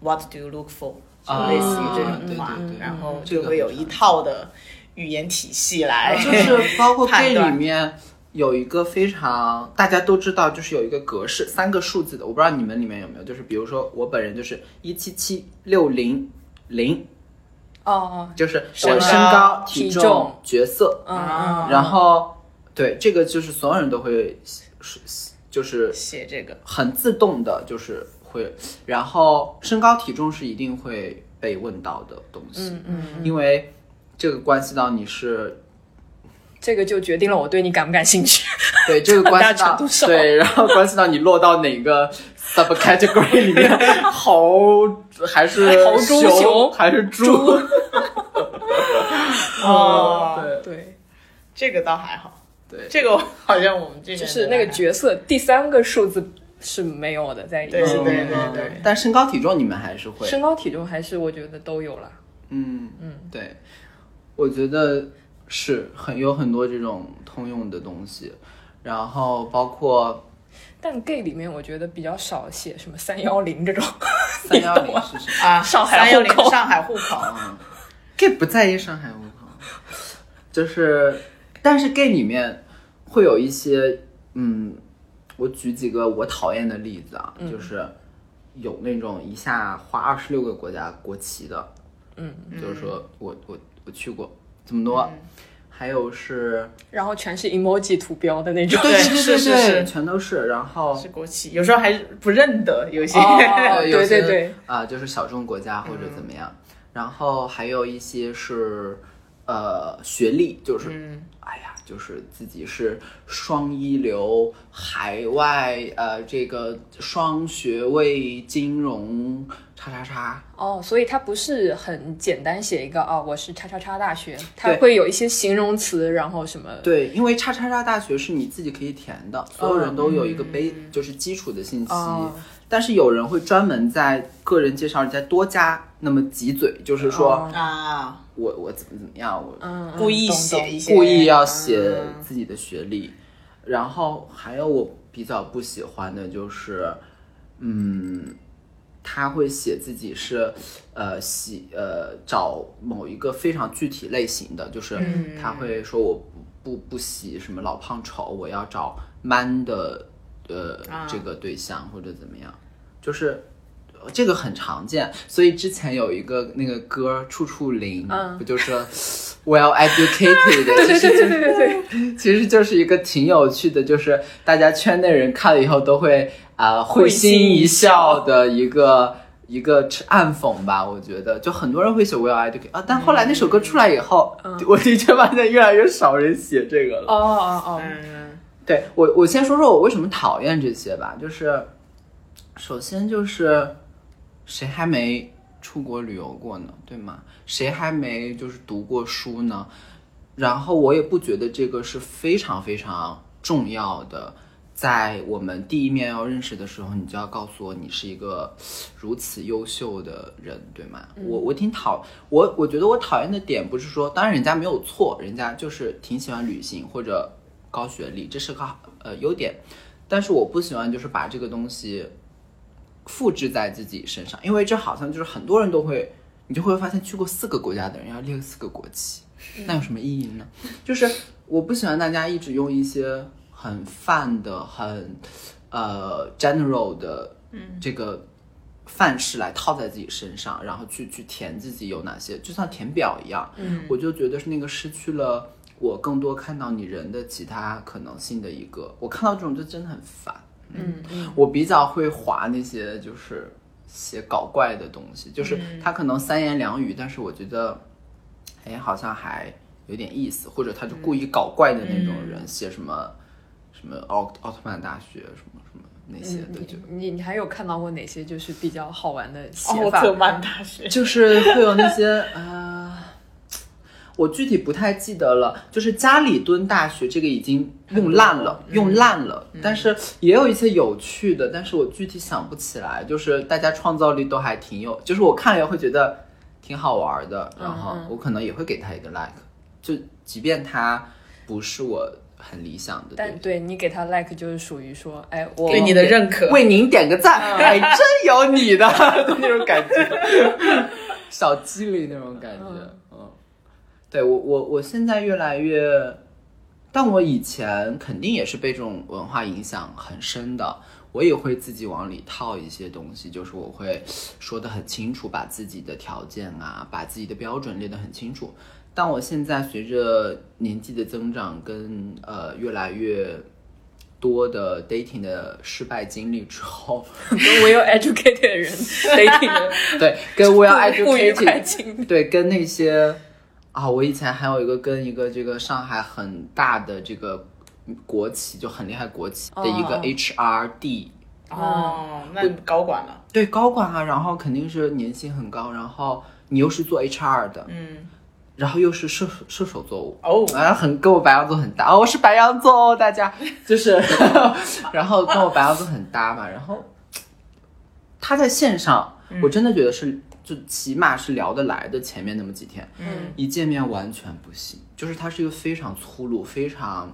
S4: What do you look for？
S1: 啊
S4: 就类似于这种话
S1: 对对对，
S4: 然后
S1: 这
S4: 就
S1: 个
S4: 会有
S1: 很
S4: 一套的语言体系来，
S1: 啊就是包括
S4: 判
S1: gay
S4: 断
S1: 里面有一个非常大家都知道，就是有一个格式，三个数字的，我不知道你们里面有没有，就是比如说我本人就是一七七六零零，
S2: 哦哦，
S1: 就是
S2: 身
S1: 我身
S4: 高
S1: 高、
S2: 体
S1: 体
S2: 重
S1: 重、角色，
S2: 嗯
S4: 啊
S2: 嗯，
S1: 然后对这个就是所有人都会就是
S4: 写这个。
S1: 很自动的，就是会，然后身高体重是一定会被问到的东西，
S2: 嗯嗯，
S1: 因为这个关系到你是
S2: 这个就决定了我对你感不感兴趣，
S1: 对，这个关系
S4: 很
S1: 到
S4: 大程度上
S1: 对，然后关系到你落到哪个 sub category 里面，猴还是
S2: 猴猪熊
S1: 还是猪？
S4: 哦，
S1: 对
S2: 对，
S4: 这个倒还好。
S1: 对
S4: 这个好像我们这 边
S2: 就是那个角色第三个数字是没有的，在里
S4: 对
S2: 面。
S4: 对对
S1: 嗯
S4: 对
S1: 但身高体重你们还是会，
S2: 身高体重还是我觉得都有了。
S1: 嗯嗯，对，我觉得是很有很多这种通用的东西，然后包括
S2: 但 gay 里面我觉得比较少写什么三幺零这种，
S1: 三幺零是什么？
S4: 啊，
S2: 上海户口
S4: 310上海户口，
S1: 嗯，gay 不在意上海户口，就是，但是 gay 里面会有一些，嗯，我举几个我讨厌的例子啊，
S4: 嗯
S1: 就是有那种一下画二十六个国家国旗的，
S2: 嗯，
S1: 就是说我我我去过这么多，还有是，
S2: 然后全是 emoji 图标的 那种。
S4: 对
S1: 对
S4: 是是是
S1: 全都是，然后
S4: 是。国旗，有时候还不认得，有些、
S2: 哦
S1: 有些
S2: 对对对，嗯
S1: 啊、就是小众国家或者怎么样，然后还有一些是，呃，学历，就是
S4: 嗯
S1: 哎呀，就是自己是双一流，海外呃，这个双学位金融叉叉叉，
S2: 哦，所以它不是很简单写一个啊、我是叉叉叉大学，它
S1: 对
S2: 会有一些形容词，然后什么，
S1: 对，因为叉叉叉大学是你自己可以填的，所有人都有一个背，就是基础的信息。
S2: 嗯哦
S1: 但是有人会专门在个人介绍里再多加那么几嘴，就是说、
S2: 哦
S4: 啊，
S1: 我我怎么怎么样，我
S2: 嗯，嗯
S4: 故意
S2: 懂
S4: 写
S2: 懂
S4: 一些，
S1: 故意
S2: 啊
S1: 要写
S4: 嗯
S1: 自己的学历，然后还有我比较不喜欢的就是，嗯，他会写自己是呃喜呃找某一个非常具体类型的，就是
S4: 嗯
S1: 他会说我不不不喜什么老胖丑，我要找 man 的呃、
S4: 啊
S1: 这个对象或者怎么样，就是。呃这个很常见，所以之前有一个那个歌《处处零》，
S2: 嗯
S1: 不就是 well educated，对
S2: 对对对对对对，
S1: 其实就是一个挺有趣的，就是大家圈内人看了以后都会啊、呃会
S2: 会
S1: 心
S2: 心
S1: 一
S2: 一
S1: 笑
S2: 笑
S1: 的一个一个暗讽吧。我觉得就很多人会写 Will I Do 啊，但后来那首歌出来以后，
S2: 嗯
S1: 我的确发现越来越少人写这个了。
S2: 哦哦哦，
S4: 嗯
S1: 对我，我先说说我为什么讨厌这些吧。就是首先就是谁还没出国旅游过呢，对吗？谁还没就是读过书呢？然后我也不觉得这个是非常非常重要的。在我们第一面要认识的时候，你就要告诉我你是一个如此优秀的人，对吗？我我挺讨我我觉得我讨厌的点不是说，当然人家没有错，人家就是挺喜欢旅行或者高学历，这是个好呃优点。但是我不喜欢就是把这个东西复制在自己身上，因为这好像就是很多人都会，你就会发现去过四个国家的人要列四个国旗，那有什么意义呢？就是我不喜欢大家一直用一些很泛的、很呃 general 的
S2: 嗯
S1: 这个范式来套在自己身上，然后去去填自己有哪些，就像填表一样。嗯，我就觉得是那个失去了我更多看到你人的其他可能性的一个，我看到这种就真的很烦。
S2: 嗯嗯，
S1: 我比较会划那些就是写搞怪的东西，就是
S2: 嗯
S1: 他可能三言两语，但是我觉得，哎，好像还有点意思，或者他就故
S2: 嗯
S1: 意搞怪的那种人，写什么什么奥奥特曼大学什么什么那些的，就
S2: 嗯你你你还有看到过哪些就是比较好玩的写
S4: 奥
S2: 法？
S4: 特曼大学，
S1: 就是会有那些呃，我具体不太记得了。就是家里蹲大学这个已经用烂了，嗯用烂了。但是也有一些有趣的，但是我具体想不起来。就是大家创造力都还挺有，就是我看了也会觉得挺好玩的，然后我可能也会给他一个 like，就即便他不是我很理想的对
S2: 但
S1: 象。
S2: 对你给他 like 就是属于说，哎，我
S4: 对你的认可，
S1: 为您点个赞， 哎，真有你的 那种感觉， 小机灵那种感觉，嗯，对我我我现在越来越，但我以前肯定也是被这种文化影响很深的，我也会自己往里套一些东西，就是我会说的很清楚，把自己的条件啊，把自己的标准列得很清楚。但我现在随着年纪的增长跟呃越来越多的 dating 的失败经历之后，
S2: 我有 educated 的人 dating 人
S1: 对，跟 Will
S2: 不愉快
S1: Educated，
S2: 经历。
S1: 对，跟那些啊，我以前还有一个跟一个这个上海很大的这个国企就很厉害国企的一个
S2: 哦
S1: HRD，、
S4: 哦，
S2: 嗯
S4: 那高管 了，
S1: 对高管啊，然后肯定是年薪很高，然后你又是做 HR 的，
S4: 嗯，
S1: 然后又是射手射手座，
S4: 哦，
S1: 啊，很跟我白羊座很搭，哦我是白羊座哦，大家就是， 然后跟我白羊座很搭嘛，然后他在线上，
S4: 嗯
S1: 我真的觉得是就起码是聊得来的，前面那么几天，
S4: 嗯，
S1: 一见面完全不行，就是他是一个非常粗鲁，非常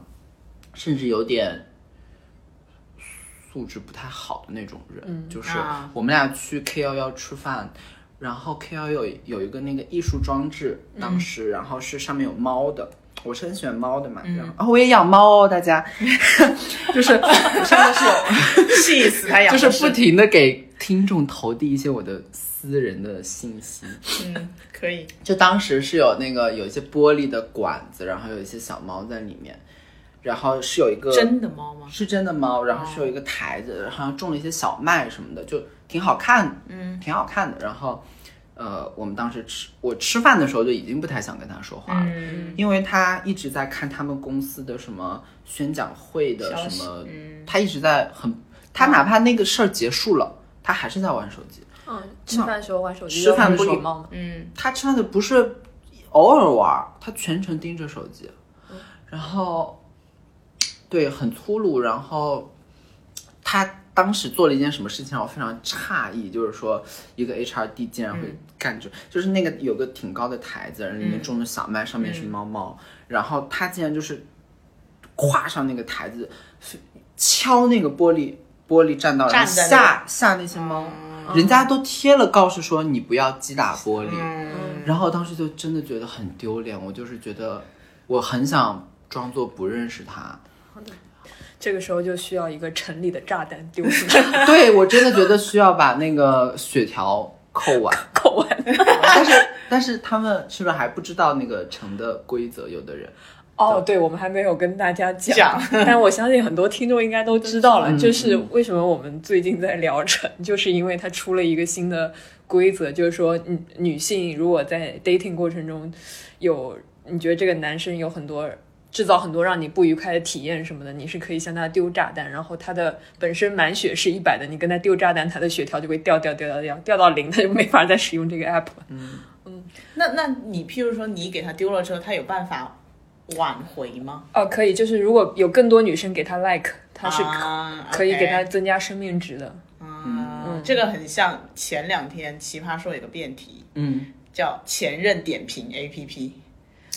S1: 甚至有点素质不太好的那种人。就是
S4: 啊
S1: 我们俩去 K 幺幺吃饭，然后 K 幺有有一个那个艺术装置，
S4: 嗯
S1: 当时、然后是上面有猫的。我是很喜欢猫的
S4: 嗯
S1: 嘛，然后、哦、我也养猫哦，大家， 就是上面是有
S4: 气死哎他呀！
S1: 就是不停的给听众投递一些我的私人的信息，
S4: 嗯，可以，
S1: 就当时是有那个有一些玻璃的管子，然后有一些小猫在里面，然后是有一
S2: 呃
S1: 个
S4: 真的猫吗？
S1: 是真的
S4: 哦
S1: 猫，然后是有一个台子，好像种了一些小麦什么的，就挺好看，嗯，挺好看的。然后，呃，我们当时吃我吃饭的时候就已经不太想跟他说话了，
S4: 嗯
S1: 因为他一直在看他们公司的什么宣讲会的
S4: 消息
S1: 什么，
S4: 嗯
S1: 他一直在很，他哪怕那个事儿结束了，他还是在玩手机。
S2: 嗯，吃饭的时候玩手机，
S1: 吃饭的时候
S2: 不礼貌嘛。
S4: 嗯，
S1: 他吃饭的不是偶尔玩儿，他全程盯着手机，
S4: 嗯
S1: 然后对很粗鲁，然后他当时做了一件什么事情让我非常诧异，就是说一个 HRD 竟然
S4: 嗯
S1: 会干这，就是那个有个挺高的台子，然后里面种的小麦，上
S4: 嗯
S1: 面是猫猫，然后他竟然就是跨上那个台子，敲那个玻璃，玻璃站到，然后
S4: 站在那
S1: 吓吓那些猫。人家都贴了告示说你不要击打玻璃，
S4: 嗯
S1: 然后当时就真的觉得很丢脸，我就是觉得我很想装作不认识他。
S2: 这个时候就需要一个城里的炸弹丢出去
S1: 对我真的觉得需要把那个血条扣完，
S2: 扣完。
S1: 但 是但是他们是不是还不知道那个城的规则？有的人
S2: 哦，对，我们还没有跟大家讲，
S4: 讲
S2: 但我相信很多听众应该都知道了，
S1: 嗯
S2: 就是为什么我们最近在聊城， 就是因为它出了一个新的规则，就是说女女性如果在 dating 过程中有你觉得这个男生有很多。制造很多让你不愉快的体验什么的，你是可以向他丢炸弹，然后他的本身满血是一百的，你跟他丢炸弹，他的血条就会掉掉掉掉掉掉到零，他就没 法再使用这个
S1: 啊
S2: app 了。
S4: 那那你譬如说你给他丢了之后，他有办法挽回吗？
S2: 哦，可以，就是如果有更多女生给他 like，他是可
S4: 啊
S2: 可以给他
S4: OK
S2: 增加生命值的。
S4: 啊，这个很像前两天奇葩说有个辩题，
S1: 嗯，
S4: 叫前任点评 A P P。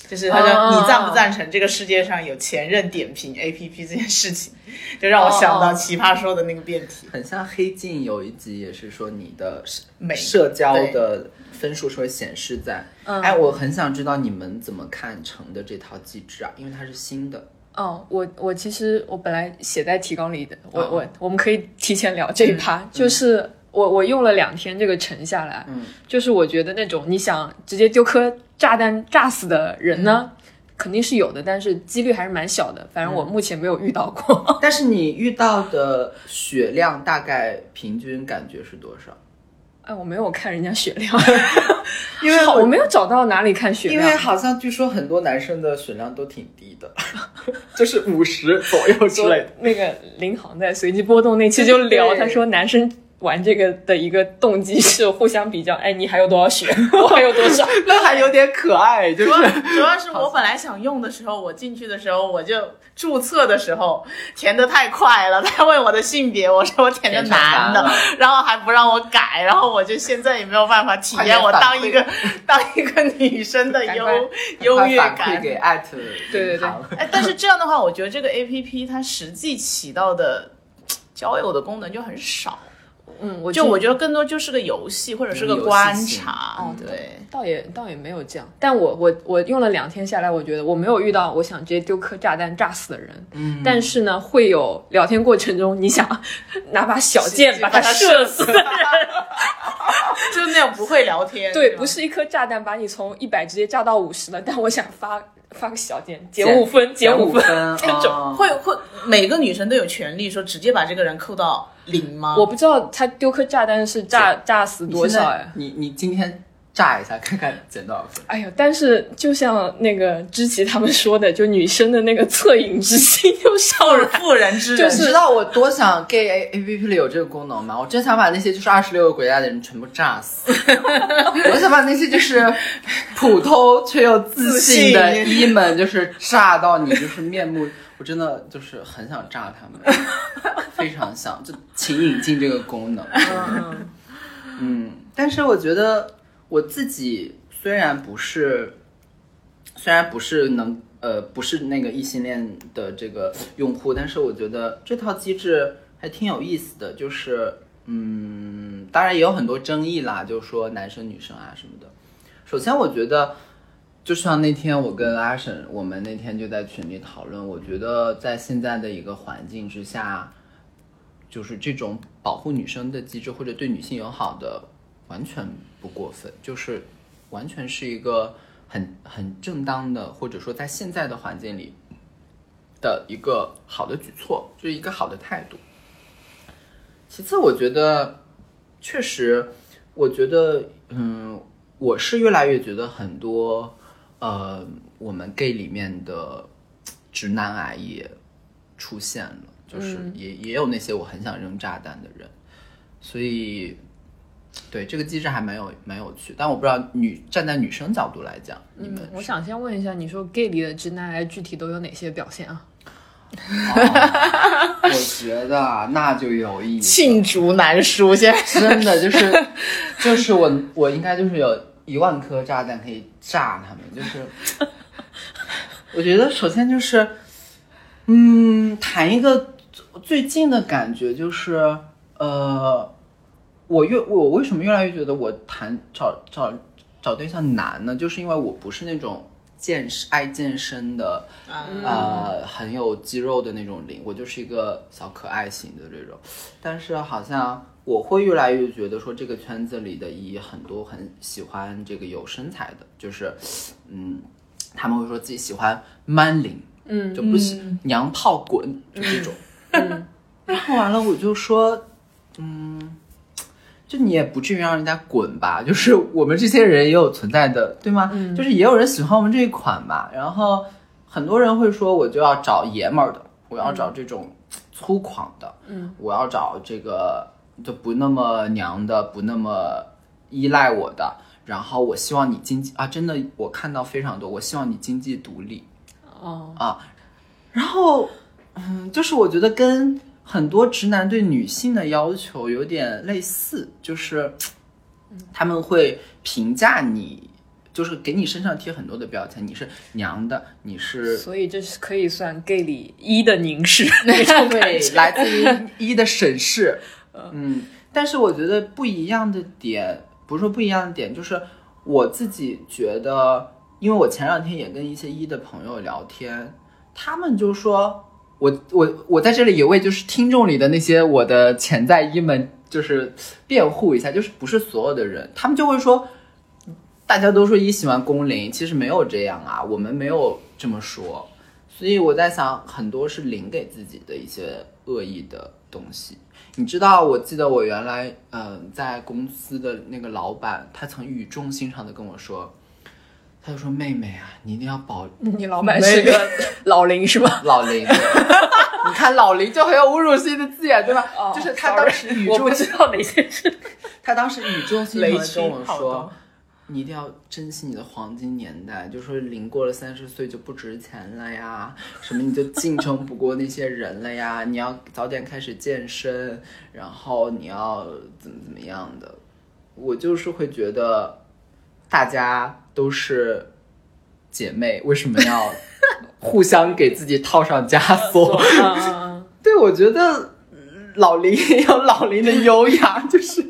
S4: 就是他说
S2: 哦
S4: 你赞不赞成这个世界上有前任点评 A P P 这件事情，就让我想
S2: 哦
S4: 到
S2: 哦
S4: 奇葩说的那个辩题。
S1: 很像《黑镜》有一集也是说你的社
S4: 美
S1: 社交
S4: 对
S1: 的分数是会显示在。哎，我很想知道你们怎么看城的这套机制啊，因为它是新的。
S2: 哦，我我其实我本来写在提纲里的，我、
S1: 哦
S2: 我我们可以提前聊这一趴，就是我我用了两天这个沉下来，就是我觉得那种你想直接丢颗炸弹炸死的人呢，肯定是有的，但是几率还是蛮小的，反正我目前没有遇到过。
S1: 但是你遇到的血量大概平均感觉是多少？
S2: 哎，我没有看人家血量，
S1: 因为
S2: 好我没有找到哪里看血
S1: 因
S2: 量，
S1: 为好像据说很多男生的血量都挺低的， 就是五十左右之
S2: 说
S1: 类的。
S2: 那个林航在随机波动那期就聊，
S1: 对
S2: 他说男生玩这个的一个动机是互相比 较，哎，你还有多少血，我还有多少。
S1: 那还有点可爱，就
S4: 主
S1: 是
S4: 要主要是我本来想用的时候，我进去的时候我就注册的时候填的太快了，他问我的性别，我说我填的
S1: 填成男
S4: 男的
S1: 了，
S4: 然后还不让我改，然后我就现在也没有办法体验我
S1: 快点反
S4: 当
S1: 馈
S4: 一个当一个女生的优优
S1: 快
S4: 越
S1: 反
S4: 感
S1: 馈。给艾特
S2: 对对对
S4: 哎，但是这样的话，我觉得这个 A P P 它实际起到的嘖交友的功能就很少，
S2: 嗯，我
S4: 就
S2: 记
S4: 我觉得更多就是个游戏或者是
S1: 游
S4: 个
S1: 戏
S4: 观
S1: 性嗯
S4: 察嗯
S2: 哦，
S4: 对。
S2: 倒也倒也没有这样，但我我我用了两天下来，我觉得我没有遇到我想直接丢颗炸弹炸死的人，嗯，但是呢，会有聊天过程中你想 拿把小箭把他射 死，
S4: 就是那种不会聊天，
S2: 对，
S4: 吧
S2: 不是一颗炸弹把你从一百直接炸到五十了，但我想发发个小箭，减五分，减
S1: 五哦
S2: 五分，
S1: 这种
S4: 会会，每个女生都有权利说直接把这个人扣到零吗？
S2: 我不知道他丢颗炸弹是炸炸死多少哎，
S1: 你你今天炸一下，看看减多少分。
S2: 哎呀，但是就像那个知琪他们说的，就女生的那个恻隐之心又上来，
S4: 妇人之
S2: 就
S4: 仁，
S2: 是
S1: 你知道我多想 gay A A P P 里有这个功能吗？我真想把那些就是二十六个国家的人全部炸 死，我想把那些就是 普通却又自信的
S4: 自
S1: 一们，就是炸到你就是面目， 我真的就是很想炸他们，非常想，就请引进这个功能。嗯，但是我觉得我自己虽然不是，虽然不是能呃不是那个异性恋的这个用户，但是我觉得这套机制还挺有意思的，就是嗯，当然也有很多争议啦，就是说男生女生啊什么的。首先，我觉得。就像那天我跟阿婶，我们那天就在群里讨论，我觉得在现在的一个环境之下，就是这种保护女生的机制或者对女性友好的，完全不过分，就是完全是一个很很正当的，或者说在现在的环境里的一个好的举措，就是一个好的态度。其次，我觉得确实，我觉得，嗯，我是越来越觉得很多，呃，我们 gay 里面的直男癌也出现了，就是也、也有那些我很想扔炸弹的人，所以，对这个机制还蛮有蛮有趣，但我不知道女站在女生角度来讲，你 们
S2: 我想先问一下，你说 gay 里的直男癌具体都有哪些表现啊？
S1: 我觉得啊那就有意思，
S4: 罄竹难书。现在
S1: 真的就是就是我我应该就是有一万颗炸弹可以炸他们，就是我觉得首先就是，嗯，谈一个最最近的感觉就是，呃，我越我为什么越来越觉得我谈找找找对象难呢？就是因为我不是那种健身爱健身的。呃，很有肌肉的那种零，我就是一个小可爱型的这种。但是好像我会越来越觉得说，这个圈子里的一很多很喜欢这个有身材的，就是，嗯，他们会说自己喜欢 man 零，嗯，就不喜娘炮滚，就这种。 然后完了，我就说，嗯就你也不至于让人家滚吧？就是我们这些人也有存在的，对吗？就是也有人喜欢我们这一款吧。然后很多人会说，我就要找爷们儿的，我要找这种粗犷的，嗯，我要找这个就不那么娘的，不那么依赖我的。然后我希望你经济啊，真的我看到非常多，我希望你经济独立，
S2: 哦，
S1: 啊，然后嗯，就是我觉得跟很多直男对女性的要求有点类似，就是他们会评价你，就是给你身上贴很多的标签，你是娘的，你是
S2: 所以这是可以算 gay 里一的凝视那种感觉。
S1: 来自于一的审视。嗯，但是我觉得不一样的点，不是说不一样的点，就是我自己觉得，因为我前两天也跟一些一的朋友聊天，他们就说。我我我在这里也为就是听众里的那些我的潜在一们就是辩护一下，就是不是所有的人，他们就会说，大家都说一喜欢工龄，其实没有这样啊，我们没有这么说。所以我在想，很多是零给自己的一些恶意的东西。你知道，我记得我原来嗯、呃在公司的那个老板，他曾语重心长的跟我说，他就说妹妹啊，你一定要保
S2: 你老板是个老龄是吧？
S1: 老林。 你看老林就很有侮辱性的字眼，对吧？就是他当时语
S2: 哦我不
S1: 重，
S2: 知道哪些 是嗯
S1: 他当时语重心长
S4: 雷
S1: 的
S4: 区
S1: 跟我
S4: 好
S1: 说
S4: 多，
S1: 你一定要珍惜你的黄金年代，就说零过了三十岁就不值钱了呀，什么你就竞争不过那些人了呀， 你要早点开始健身，然后你要怎么怎么样的，我就是会觉得大家都是姐妹，为什么要互相给自己套上枷锁？
S2: 嗯
S1: 对，我觉得嗯老林也有老林的优雅， 就是。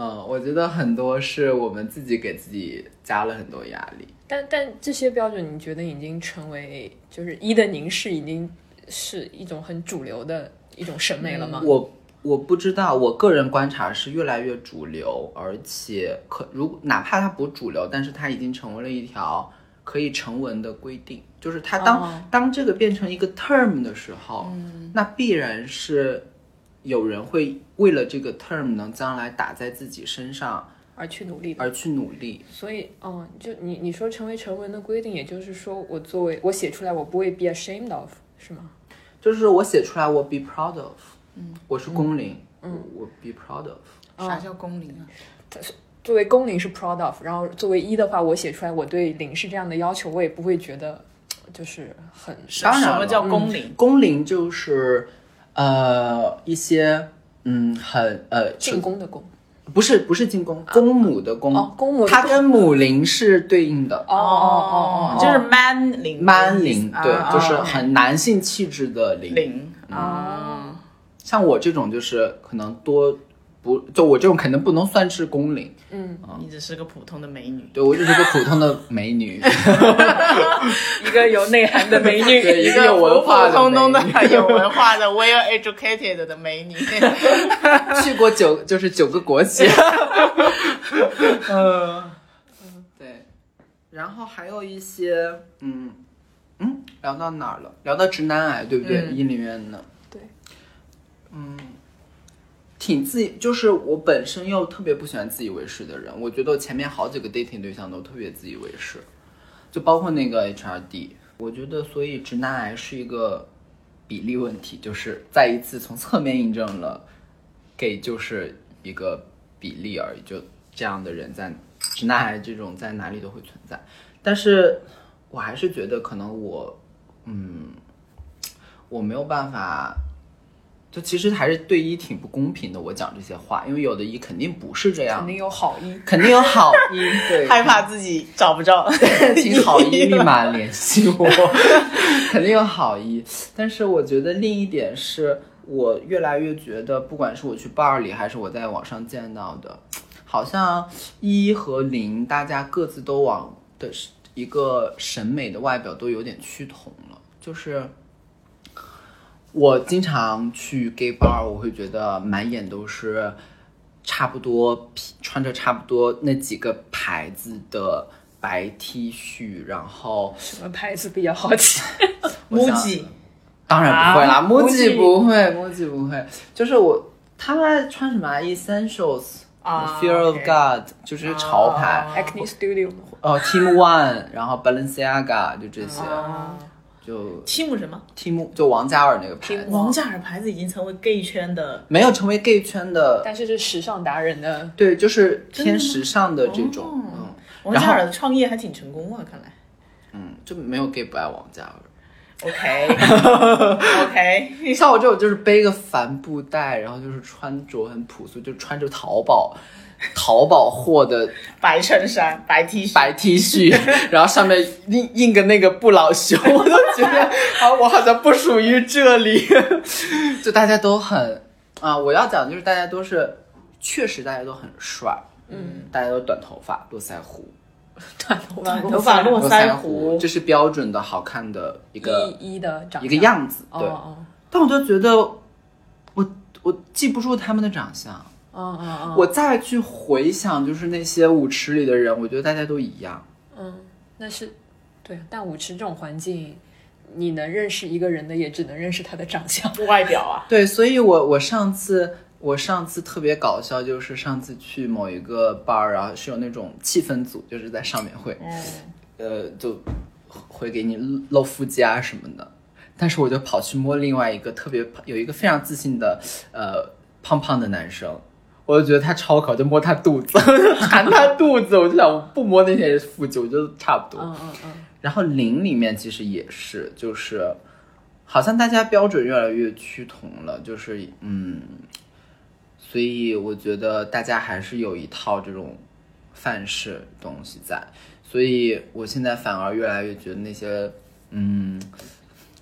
S1: 嗯，我觉得很多是我们自己给自己加了很多压力。
S2: 但但这些标准，你觉得已经成为就是一的凝视，已经是一种很主流的一种审美了吗？
S1: 我我不知道，我个人观察是越来越主流，而且可如哪怕它不主流，但是它已经成为了一条可以成文的规定。就是它当、
S2: 哦嗯
S1: 当这个变成一个 term 的时候，那必然是有人会为了这个 term 能将来打在自己身上
S2: 而去努力的。
S1: 而去努力。
S2: 所以，嗯，就你你说成为成文的规定，也就是说，我作为我写出来，我不会 be ashamed of，是吗？
S1: 就是我写出来，我 be proud of，嗯，我是工龄，嗯，我 be proud of，
S4: 啥叫工龄啊？
S2: 作为工龄是 proud of，然后作为一的话，我写出来我对零是这样的要求，我也不会觉得就是很
S1: 当然
S4: 什
S1: 了嗯
S4: 么叫工龄？
S1: 工龄就是呃一些嗯很呃
S2: 进攻的攻。
S1: 不是不是进宫，
S4: 啊
S1: 公母的公，
S2: 哦公母的
S1: 它
S2: 公
S1: 跟母龄是对应的。
S2: 哦哦
S4: 就是 man 龄
S1: 蛮龄，对，
S4: 啊嗯
S1: 就是
S4: 啊
S1: 很男性气质的龄。
S4: 龄
S2: 哦
S1: 像我这种就是可能多不，就我这种可能不能算是工龄，
S2: 嗯
S4: 你只是个普通的美女，
S1: 对我就是个普通的美女，
S2: 哦，一个有内涵的美女，
S1: 对一个有文化的
S4: 普普通通
S1: 美
S4: 的、
S1: 女
S4: 有文化的、well educated 的美女。
S1: 去过九就是九个国籍。嗯，对，然后还有一些，嗯嗯，聊到哪儿了？聊到直男癌，对不对？
S4: 嗯
S1: 伊林院呢？
S2: 对，
S1: 嗯挺自以，就是我本身又特别不喜欢自以为是的人。我觉得我前面好几个 dating 对象都特别自以为是，就包括那个 HRD。我觉得，所以直男癌是一个比例问题，就是再一次从侧面印证了 gay 就是一个比例而已，就这样的人在直男癌这种在哪里都会存在。但是我还是觉得，可能我，嗯，我没有办法就其实还是对一挺不公平的。我讲这些话，因为有的一肯定不是这样
S2: 肯，定有好意。
S1: 肯定有好一，对，
S4: 害怕自己找不着，
S1: 请好一立马联系我，肯定有好一。但是我觉得另一点是我越来越觉得，不管是我去 bar 里，还是我在网上见到的，好像一和零大家各自都往的是一个审美的外表都有点趋同了，就是。我经常去 gay bar，我会觉得满眼都是差不多皮穿着差不多那几个牌子的白 T 恤，然后
S2: 什么牌子比较好 奇？
S1: 我想
S4: MUJI
S1: 当然不会啦，
S2: 啊
S1: 木
S2: MUJI
S1: 吉不会，木吉不会，就是我他们穿什么啊 Essentials
S4: 啊
S1: Fear of
S4: OK 啊
S1: God 就是潮牌，
S2: Acne Studio 吗
S1: 哦 Team One，然后 Balenciaga 就这些，
S4: 啊
S1: 就
S4: Team 什么？
S1: Team 就王嘉尔那个牌子，
S4: 王嘉尔牌子已经成为 gay 圈的
S1: 没有成为 gay 圈的
S2: 但是是时尚达人的，
S1: 对，就是偏时尚的这种，嗯，
S4: 哦王
S1: 然
S4: 嘉
S1: 后
S4: 尔的创业还挺成功啊，看来。
S1: 嗯，就没有 gay 不爱王嘉尔。
S4: OK OK，
S1: 像我这种就是背个帆布袋，然后就是穿着很朴素，就穿着淘宝淘宝货的
S4: 白衬衫、白 T 恤、
S1: 白 T 恤，然后上面印印个那个不老熊，我都觉得啊，我好像不属于这里。 就大家都很啊，我要讲的就是大家都是，确实大家都很帅，嗯，大家都短头发、络腮胡，
S2: 短头发，
S4: 短头发络
S1: 腮
S4: 腮胡
S1: 这，是标准的好看的一个
S2: 一一的长
S1: 一个
S2: 相。
S1: 样子，
S2: 哦
S1: 对。
S2: 哦
S1: 但我就觉得我，我记不住他们的长相。
S2: 哦哦哦，
S1: 我再去回想，就是那些舞池里的人，我觉得大家都一样。
S2: 嗯，那是对，但舞池这种环境，你能认识一个人的，也只能认识他的长相。
S4: 外表啊，
S1: 对，所以我我上次我上次特别搞笑，就是上次去某一个 bar，然后是有那种气氛组，就是在上面会，呃，就会给你露腹肌啊什么的。但是我就跑去摸另外一个特别有一个非常自信的呃胖胖的男生，我就觉得他超可，就摸他肚子， 弹他肚子，我就想我不摸那些腹肌，我觉得差不多。
S2: 嗯嗯嗯，
S1: 然后零里面其实也是，就是好像大家标准越来越趋同了，就是嗯，所以我觉得大家还是有一套这种范式东西在，所以我现在反而越来越觉得那些嗯，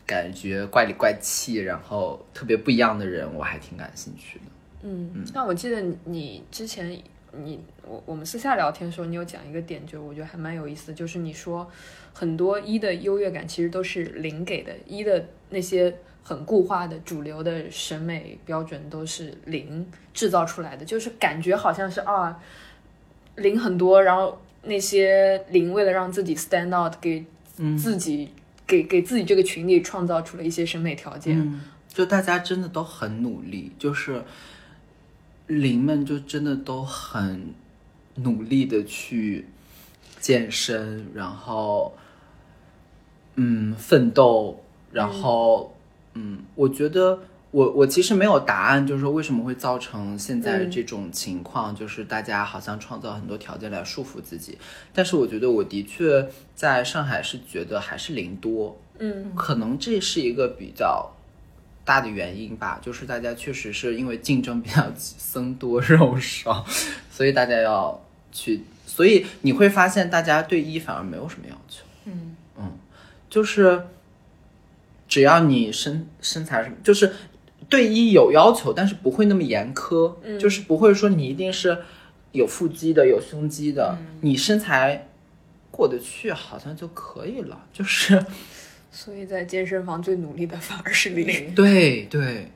S1: 感觉怪里怪气，然后特别不一样的人，我还挺感兴趣的。
S2: 嗯，那我记得你之前你我我们私下聊天的时候，你有讲一个点，就我觉得还蛮有意思的，就是你说很多一的优越感其实都是零给的，一的那些很固化的主流的审美标准都是零制造出来的，就是感觉好像是啊零很多，然后那些零为了让自己 stand out，给自己、给给自己这个群体创造出了一些审美条件，
S1: 嗯，就大家真的都很努力，就是灵们就真的都很努力的去健身，然后嗯奋斗，然后嗯，我觉得。我我其实没有答案，就是说为什么会造成现在这种情况，就是大家好像创造很多条件来束缚自己。但是我觉得我的确在上海是觉得还是零多，
S2: 嗯，
S1: 可能这是一个比较大的原因吧，就是大家确实是因为竞争比较激僧多 肉少，所以大家要去，所以你会发现大家对一反而没有什么要求。
S4: 嗯
S1: 嗯，就是只要你身身材什么，就是对一有要求，但是不会那么严苛，
S2: 嗯
S1: 就是不会说你一定是有腹肌的、有胸肌的，你身材过得去好像就可以了，就是。
S2: 所以在健身房最努力的反而是零。
S1: 对对，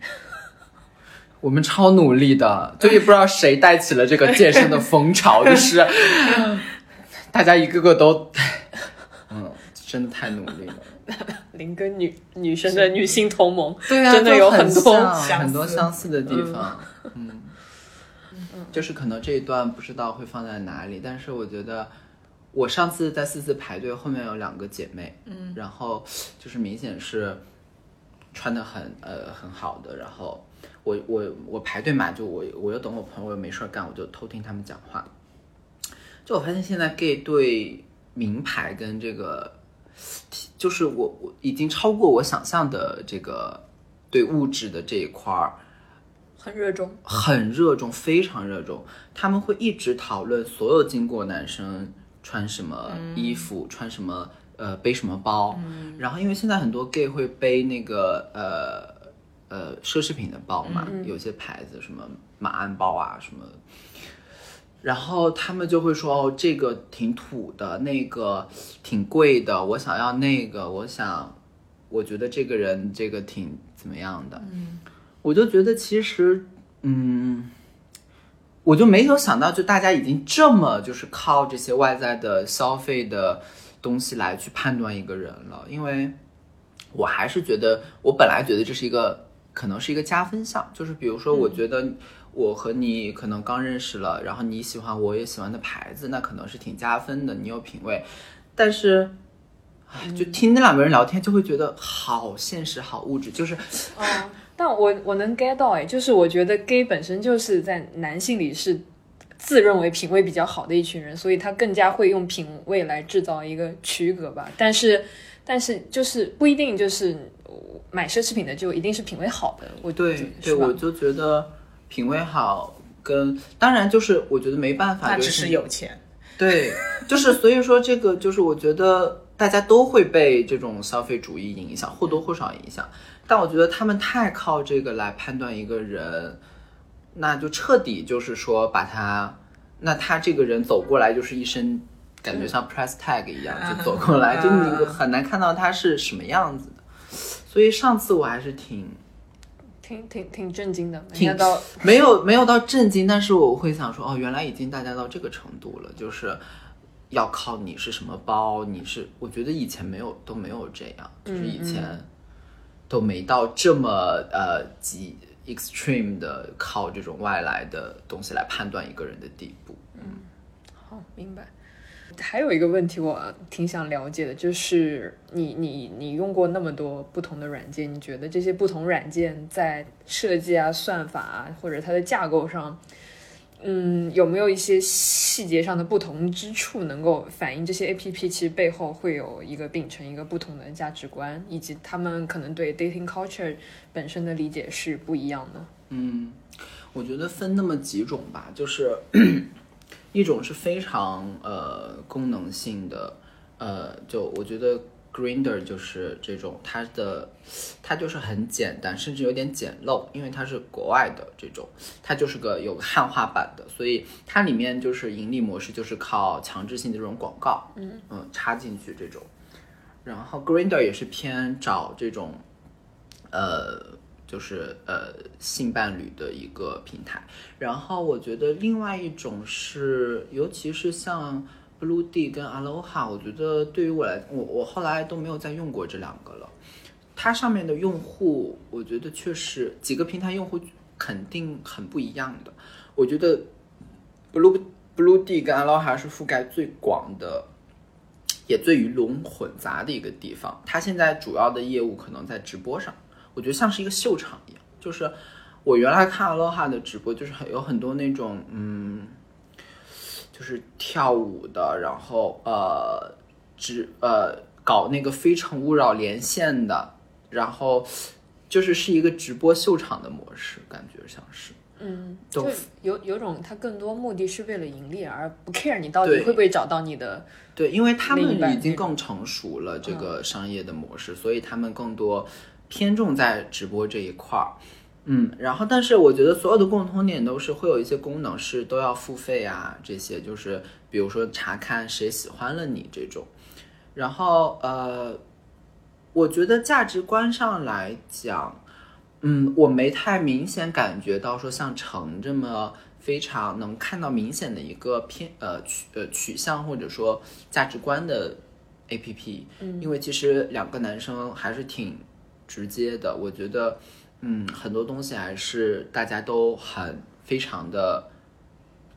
S1: 我们超努力的，就也不知道谁带起了这个健身的风潮，就是大家一个个都，嗯，真的太努力了。
S2: 零跟女女生的女性同盟，
S1: 对啊，
S2: 真的
S1: 就
S2: 有
S1: 很
S2: 多
S1: 像
S4: 相
S1: 很多
S4: 似
S1: 相似的地方，嗯。就是可能这一段不知道会放在哪里，但是我觉得我上次在四字排队后面有两个姐妹，嗯，然后就是明显是穿的很呃很好的，然后我我我排队嘛，就我我又等我朋友，我又没事儿干，我就偷听他们讲话。就我发现现在 gay 对名牌跟这个，就是我我已经超过我想象的这个对物质的这一块儿，
S2: 很热衷。
S1: 很热衷，非常热衷。他们会一直讨论所有经过男生穿什么衣服，穿什么呃背什么包。然后因为现在很多 gay 会背那个呃呃奢侈品的包嘛，有些牌子什么马鞍包啊什么。然后他们就会说哦，这个挺土的，那个挺贵的，我想要那个，我想，我觉得这个人这个挺怎么样的，我就觉得其实，嗯，我就没有想到，就大家已经这么就是靠这些外在的消费的东西来去判断一个人了，因为我还是觉得，我本来觉得这是一个可能是一个加分项，就是比如说，我觉得我和你可能刚认识了，然后你喜欢我也喜欢的牌子，那可能是挺加分的，你有品味，但是。哎就听那两个人聊天，就会觉得好现实、好物质，就是
S2: 哦， 但我我能 get 到哎，就是我觉得 gay 本身就是在男性里是自认为品味比较好的一群人，所以他更加会用品味来制造一个区隔吧。但是但是就是不一定就是呃买奢侈品的就一定是品味好的，我是
S1: 对对，
S2: 吧
S1: 我就觉得品味好跟当然就是我觉得没办法，
S4: 他
S1: 就
S4: 只是有钱，
S1: 对，就是所以说这个就是我觉得大家都会被这种消费主义影响，或多或少影响。但我觉得他们太靠这个来判断一个人，那就彻底就是说把他，那他这个人走过来就是一身感觉像 price tag 一样，就走过来，就你很难看到他是什么样子的。所以上次我还是挺
S2: 挺挺挺震惊的，没
S1: 挺
S2: 想到
S1: 没有没有到震惊，但是我会想说，哦，原来已经大家到这个程度了，就是要靠你是什么包，你是，我觉得以前没有都没有这样，就是以前都没到这么呃极 extreme 的靠这种外来的东西来判断一个人的地步。
S2: 好，明白。还有一个问题，我挺想了解的，就是你你你用过那么多不同的软件，你觉得这些不同软件在设计啊、算法啊，或者它的架构上，嗯，有没有一些细节上的不同之处，能够反映这些 A P P 其实背后会有一个秉承一个不同的价值观，以及他们可能对 dating culture 本身的理解是不一样的。
S1: 嗯，我觉得分那么几种吧，就是 一种是非常呃功能性的，呃，就我觉得 Grinder 就是这种，它的它就是很简单，甚至有点简陋，因为它是国外的这种，它就是个有个汉化版的，所以它里面就是盈利模式就是靠强制性的这种广告，嗯插进去这种。然后 Grinder 也是偏找这种，呃，就是呃性伴侣的一个平台。然后我觉得另外一种是，尤其是像 Blue D 跟 Aloha，我觉得对于我来，我我后来都没有再用过这两个了。它上面的用户，我觉得确实几个平台用户肯定很不一样的。我觉得 Blue Blue D 跟 Aloha 是覆盖最广的，也最鱼龙混杂的一个地方。它现在主要的业务可能在直播上，我觉得像是一个秀场一样。就是我原来看 Aloha 的直播，就是很有很多那种嗯，就是跳舞的，然后呃，直呃搞那个《非诚勿扰》连线的，然后就是是一个直播秀场的模式，感觉像是。
S2: 嗯，
S1: 都
S2: 就有有种他更多目的是为了盈利，而不 care 你到底
S1: 对
S2: 会不会找到你的。
S1: 对，因为他
S2: 另一
S1: 们
S2: 半
S1: 已经
S2: 这种嗯
S1: 更成熟了这个商业的模式，所以他们更多偏重在直播这一块儿。嗯，然后但是我觉得所有的共通点都是会有一些功能是都要付费啊，这些就是比如说查看谁喜欢了你这种。然后呃，我觉得价值观上来讲，嗯，我没太明显感觉到说像成这么非常能看到明显的一个偏呃取呃取向或者说价值观的 A P P，、嗯、因为其实两个男生还是挺直接的，我觉得嗯很多东西还是大家都很非常的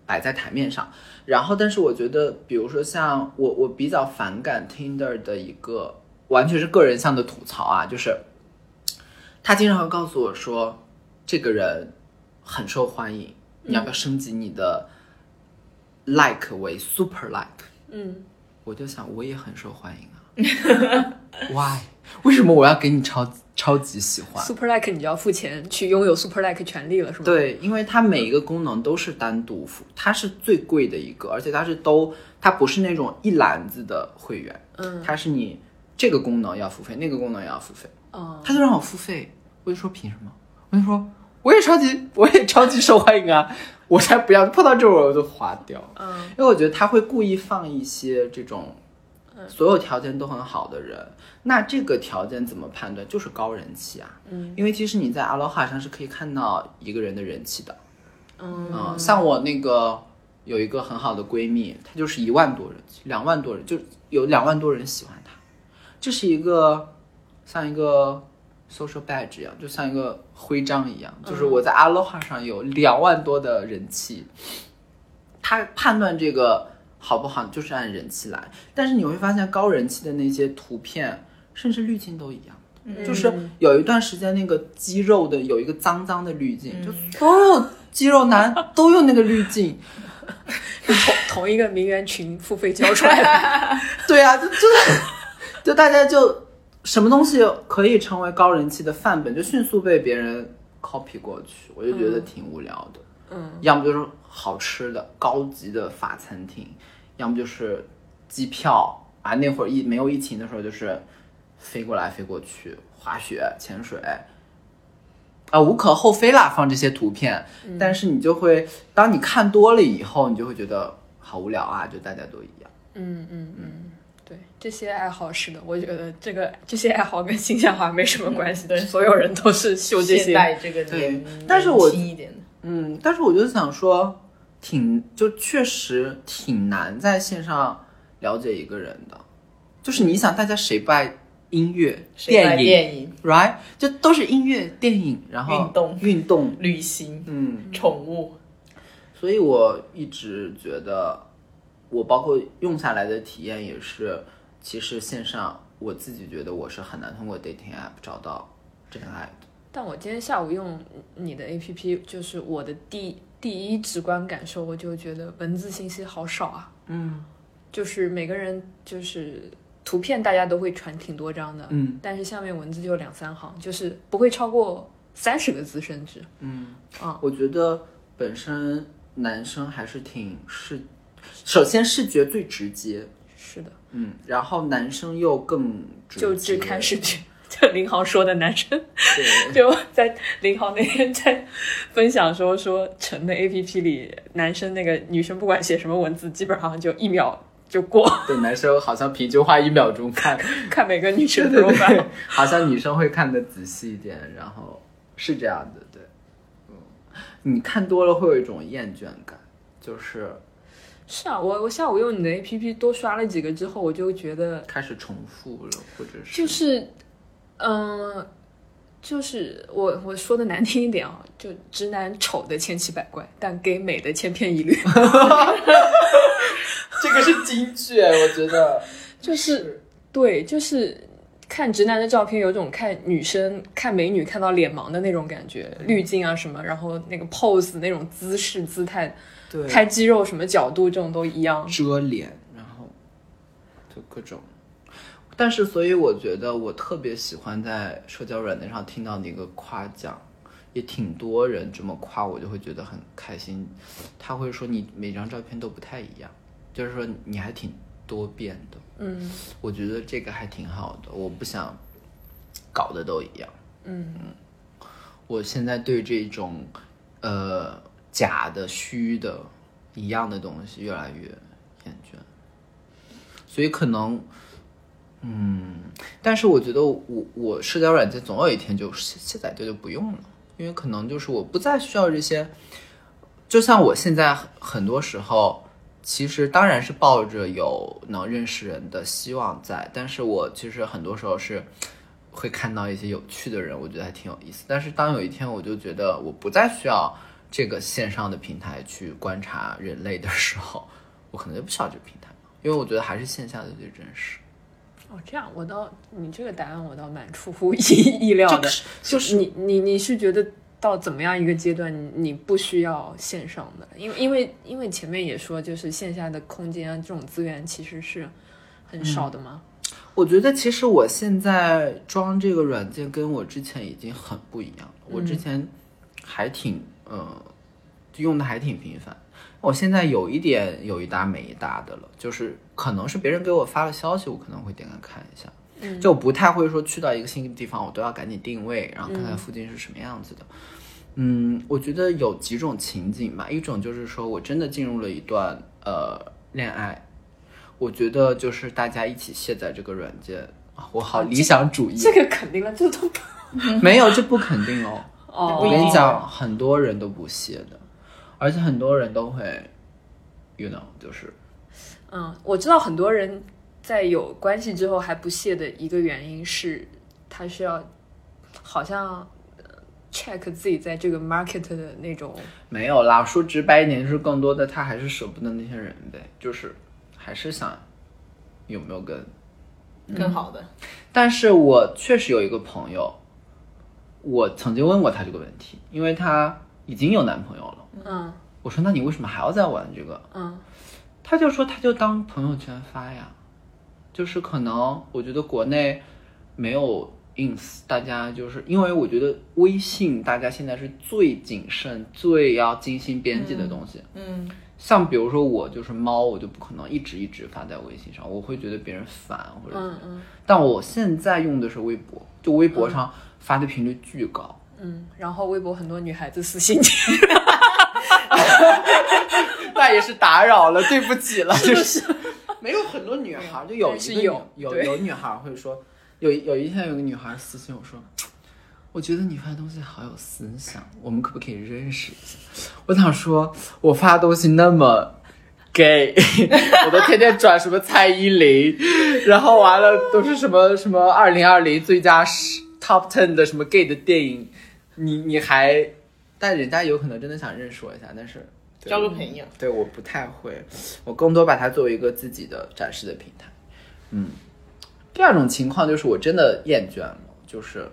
S1: 摆在台面上，然后但是我觉得比如说像我我比较反感 Tinder 的一个完全是个人向的吐槽啊，就是。他经常会告诉我说，这个人很受欢迎，你要不要升级你的 like 为 super like？
S2: 嗯，
S1: 我就想，我也很受欢迎啊，why？为什么我要给你超超级喜欢？
S2: Super Like 你就要付钱去拥有 Super Like 权利了，是吗？，
S1: 对，因为它每一个功能都是单独付，它是最贵的一个，而且它是都，它不是那种一篮子的会员，
S2: 嗯，
S1: 它是你这个功能要付费，那个功能也要付费，
S2: 哦
S1: 他就让我付费，我就说凭什么？我就说我也超级，我也超级受欢迎啊，我才不要，碰到这种我就划掉，
S2: 嗯，
S1: 因为我觉得他会故意放一些这种。
S2: 嗯
S1: 所有条件都很好的人，那这个条件怎么判断？就是高人气啊，嗯，因为其实你在 Aloha 上是可以看到一个人的人气的，
S2: 嗯
S1: 嗯，像我那个有一个很好的闺蜜，她就是一万多人，两万多人，就有两万多人喜欢她。这是一个像一个 social badge 一样，就像一个徽章一样，就是我在 Aloha 上有两万多的人气。她判断这个好不好，就是按人气来。但是你会发现，高人气的那些图片，甚至滤镜都一样。
S4: 嗯
S2: 嗯
S1: 就是有一段时间，那个肌肉的有一个脏脏的滤镜，就所有肌肉男都用那个滤镜。
S2: 同同一个名媛群付费交出来的，
S1: 对啊，就就是，就大家就什么东西可以成为高人气的范本，就迅速被别人 copy 过去，我就觉得挺无聊的。
S2: 嗯，
S1: 要么就是好吃的高级的法餐厅，要么就是机票啊。那会儿疫没有疫情的时候，就是飞过来飞过去，滑雪、潜水。啊，无可厚非啦，放这些图片，但是你就会，当你看多了以后，你就会觉得好无聊啊，就大家都一样。
S2: 嗯嗯嗯，对，这些爱好是的，我觉得这个这些爱好跟新夏华没什么关系，
S4: 嗯对
S2: 所有人都是秀这
S4: 现
S2: 些，
S4: 代这个
S1: 对
S4: 年
S1: 但是我
S4: 年轻一点的，
S1: 嗯，但是我就想说，挺就确实挺难在线上了解一个人的，就是你想，大家谁不爱音乐、
S4: 谁
S1: 电
S4: 拍
S1: 影
S4: 电影、
S1: r i g h t 就都是音乐、电影，然后
S4: 运动
S1: 运动，
S4: 旅行、
S1: 嗯，
S4: 宠物，
S1: 所以我一直觉得，我包括用下来的体验也是，其实线上我自己觉得我是很难通过 dating app 找到真爱的。
S2: 但我今天下午用你的 APP，就是我的第第一直观感受，我就觉得文字信息好少啊。
S1: 嗯
S2: 就是每个人就是图片大家都会传挺多张的，
S1: 嗯
S2: 但是下面文字就两三行，就是不会超过三十个字，甚至
S1: 嗯。
S2: 啊，
S1: 我觉得本身男生还是挺视，首先视觉最直接，
S2: 是的，
S1: 嗯，然后男生又更直接
S2: 就只看视觉。就林航说的男生，
S1: 对，
S2: 就在林航那天在分享说说成的 A P P 里，男生那个女生不管写什么文字，基本上就一秒就过，
S1: 对，男生好像平均花一秒钟 看，
S2: 看每个女
S1: 对
S2: 生的
S1: 对
S2: profile
S1: 对。， 好像女生会看的仔细一点，然后是这样的，对，嗯，你看多了会有一种厌倦感，就是
S2: 是啊，我我下午用你的 A P P 多刷了几个之后，我就觉得
S1: 开始重复了，或者是
S2: 就是，嗯、就是我我说的难听一点啊，就直男丑的千奇百怪，但 gay 美的千篇一律。
S1: 这个是金句，我觉得
S2: 就是对，就是看直男的照片，有种看女生看美女看到脸盲的那种感觉，滤镜啊什么，然后那个 pose 那种姿势姿态，
S1: 对
S2: 拍肌肉什么角度这种都一样。
S1: 遮脸，然后就各种。但是，所以我觉得我特别喜欢在社交软件上听到的一个夸奖，也挺多人这么夸我，就会觉得很开心。他会说你每张照片都不太一样，就是说你还挺多变的。
S2: 嗯
S1: 我觉得这个还挺好的，我不想搞得都一样。
S2: 嗯
S1: 我现在对这种呃假的、虚的、一样的东西越来越厌倦，所以可能，嗯，但是我觉得我我社交软件总有一天就卸卸载掉就不用了，因为可能就是我不再需要这些。就像我现在很很多时候，其实当然是抱着有能认识人的希望在，但是我其实很多时候是会看到一些有趣的人，我觉得还挺有意思。但是当有一天我就觉得我不再需要这个线上的平台去观察人类的时候，我可能就不需要这个平台了，因为我觉得还是线下的最真实。
S2: 哦，这样我倒你这个答案我倒蛮出乎意 意料的，就是你你你是觉得到怎么样一个阶段你你不需要线上的，因为因为因为前面也说就是线下的空间啊这种资源其实是很少的嘛。
S1: 我觉得其实我现在装这个软件跟我之前已经很不一样了。我之前还挺呃用的还挺频繁，我现在有一点有一搭没一搭的了，就是可能是别人给我发了消息，我可能会点开看一下，
S2: 嗯
S1: 就不太会说去到一个新的地方我都要赶紧定位，然后看
S2: 嗯
S1: 看附近是什么样子的。嗯，我觉得有几种情景吧，一种就是说我真的进入了一段呃恋爱，我觉得就是大家一起卸载这个软件啊，我好理想主义，
S2: 嗯这个肯定了，这都
S1: 没有这不肯定哦。我
S2: 哦
S1: 跟你讲，很多人都不屑的，而且很多人都会，you know，就是
S2: 嗯，我知道很多人在有关系之后还不屑的一个原因是，他需要好像呃 check 自己在这个 market 的那种
S1: 没有啦。说直白一点，就是更多的他还是舍不得那些人呗，就是还是想有没有跟嗯
S4: 更好的，
S1: 但是我确实有一个朋友，我曾经问过他这个问题，因为她已经有男朋友了。
S2: 嗯
S1: 我说：“那你为什么还要再玩这个
S2: 嗯？”
S1: 他就说：“他就当朋友圈发呀，就是可能我觉得国内没有 ins，大家就是因为我觉得微信大家现在是最谨慎、最要精心编辑的东西。
S4: 嗯，
S1: 像比如说我就是猫，我就不可能一直一直发在微信上，我会觉得别人烦或者怎么样
S2: 嗯嗯
S1: 但我现在用的是微博，就微博上发的频率巨高。
S2: 嗯，然后微博很多女孩子私信你，
S1: 那也是打扰了，对不起了，就是没有很多女孩，就有
S2: 但
S1: 一
S2: 是
S1: 个女
S2: 有
S1: 有
S2: 对
S1: 有女孩会说，有有一天有个女孩私信我说，我觉得你发的东西好有思想，我们可不可以认识一下？我想说，我发的东西那么。gay，我 都天天转什么蔡依林，然后完了都是什么什么二零二零最佳十 top ten 的什么 gay 的电影，你你还，但人家有可能真的想认识我一下，但是对
S4: 交个朋 友。
S1: 对，我不太会，我更多把它作为一个自己的展示的平台。嗯，第二种情况就是我真的厌倦了，就是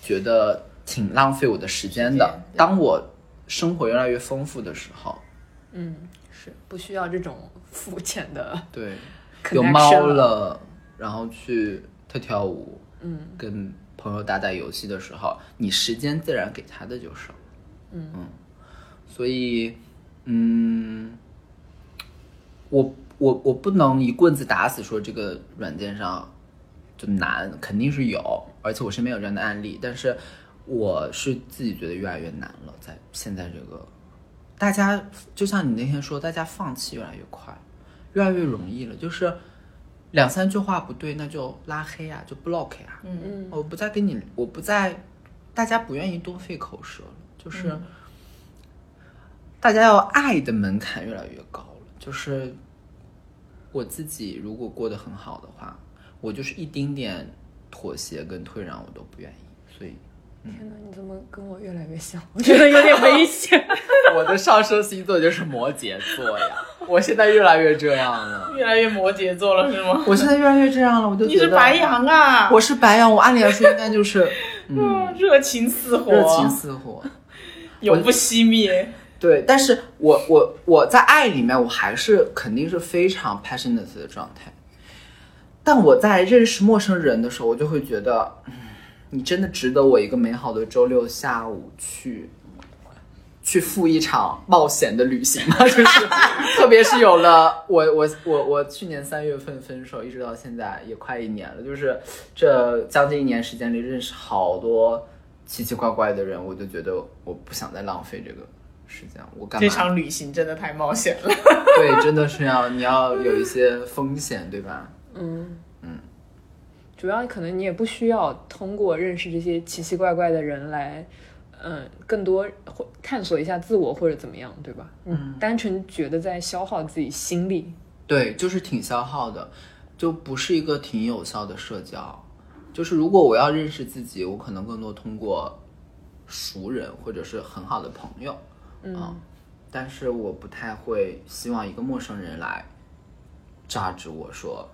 S1: 觉得挺浪费我的时间
S4: 时
S1: 的
S4: 间。对
S1: 当我生活越来越丰富的时候，
S2: 嗯，是不需要这种肤浅的，
S1: 对，
S2: connection
S1: 有猫
S2: 了
S1: 了，然后去跳跳舞，
S2: 嗯
S1: 跟朋友打打游戏的时候，你时间自然给他的就是了。
S2: 嗯
S1: 所以，嗯，我我我不能一棍子打死说这个软件上就难，肯定是有，而且我身边有这样的案例，但是我是自己觉得越来越难了，在现在这个，大家就像你那天说，大家放弃越来越快，越来越容易了，就是两三句话不对，那就拉黑啊，就 block 呀、
S4: 嗯，
S1: 我不再跟你，我不再，大家不愿意多费口舌了，就是、
S4: 嗯
S1: 大家要爱的门槛越来越高了。就是我自己如果过得很好的话，我就是一丁点妥协跟退让我都不愿意，所以
S2: 天哪，你怎么跟我越来越像？我觉得有点危险。
S1: 我的上升星座就是摩羯座呀，我现在越来越这样了，
S4: 越来越摩羯座了是吗？
S1: 我现在越来越这样了，我就
S4: 你是白，羊啊，
S1: 我是白羊，我按理来说应该就是嗯
S4: 嗯热情似火，
S1: 热情似火，
S4: 永不熄灭。
S1: 对，但是我我我在爱里面，我还是肯定是非常 passionate 的状态，但我在认识陌生人的时候，我就会觉得，嗯你真的值得我一个美好的周六下午去。去赴一场冒险的旅行吗？ 就是，特别是有了我，我，我，我去年三月份分手，一直到现在也快一年了，就是这将近一年时间里，认识好多奇奇怪怪的人，我就觉得我不想再浪费这个时间，我干嘛
S4: 这场旅行真的太冒险了。
S1: 对，真的是要你要有一些风险，对吧？
S2: 嗯主要可能你也不需要通过认识这些奇奇怪怪的人来，嗯，更多或探索一下自我或者怎么样，对吧？嗯，单纯觉得在消耗自己心力。
S1: 对，就是挺消耗的，就不是一个挺有效的社交。就是如果我要认识自己，我可能更多通过熟人或者是很好的朋友，嗯，但是我不太会希望一个陌生人来榨汁我说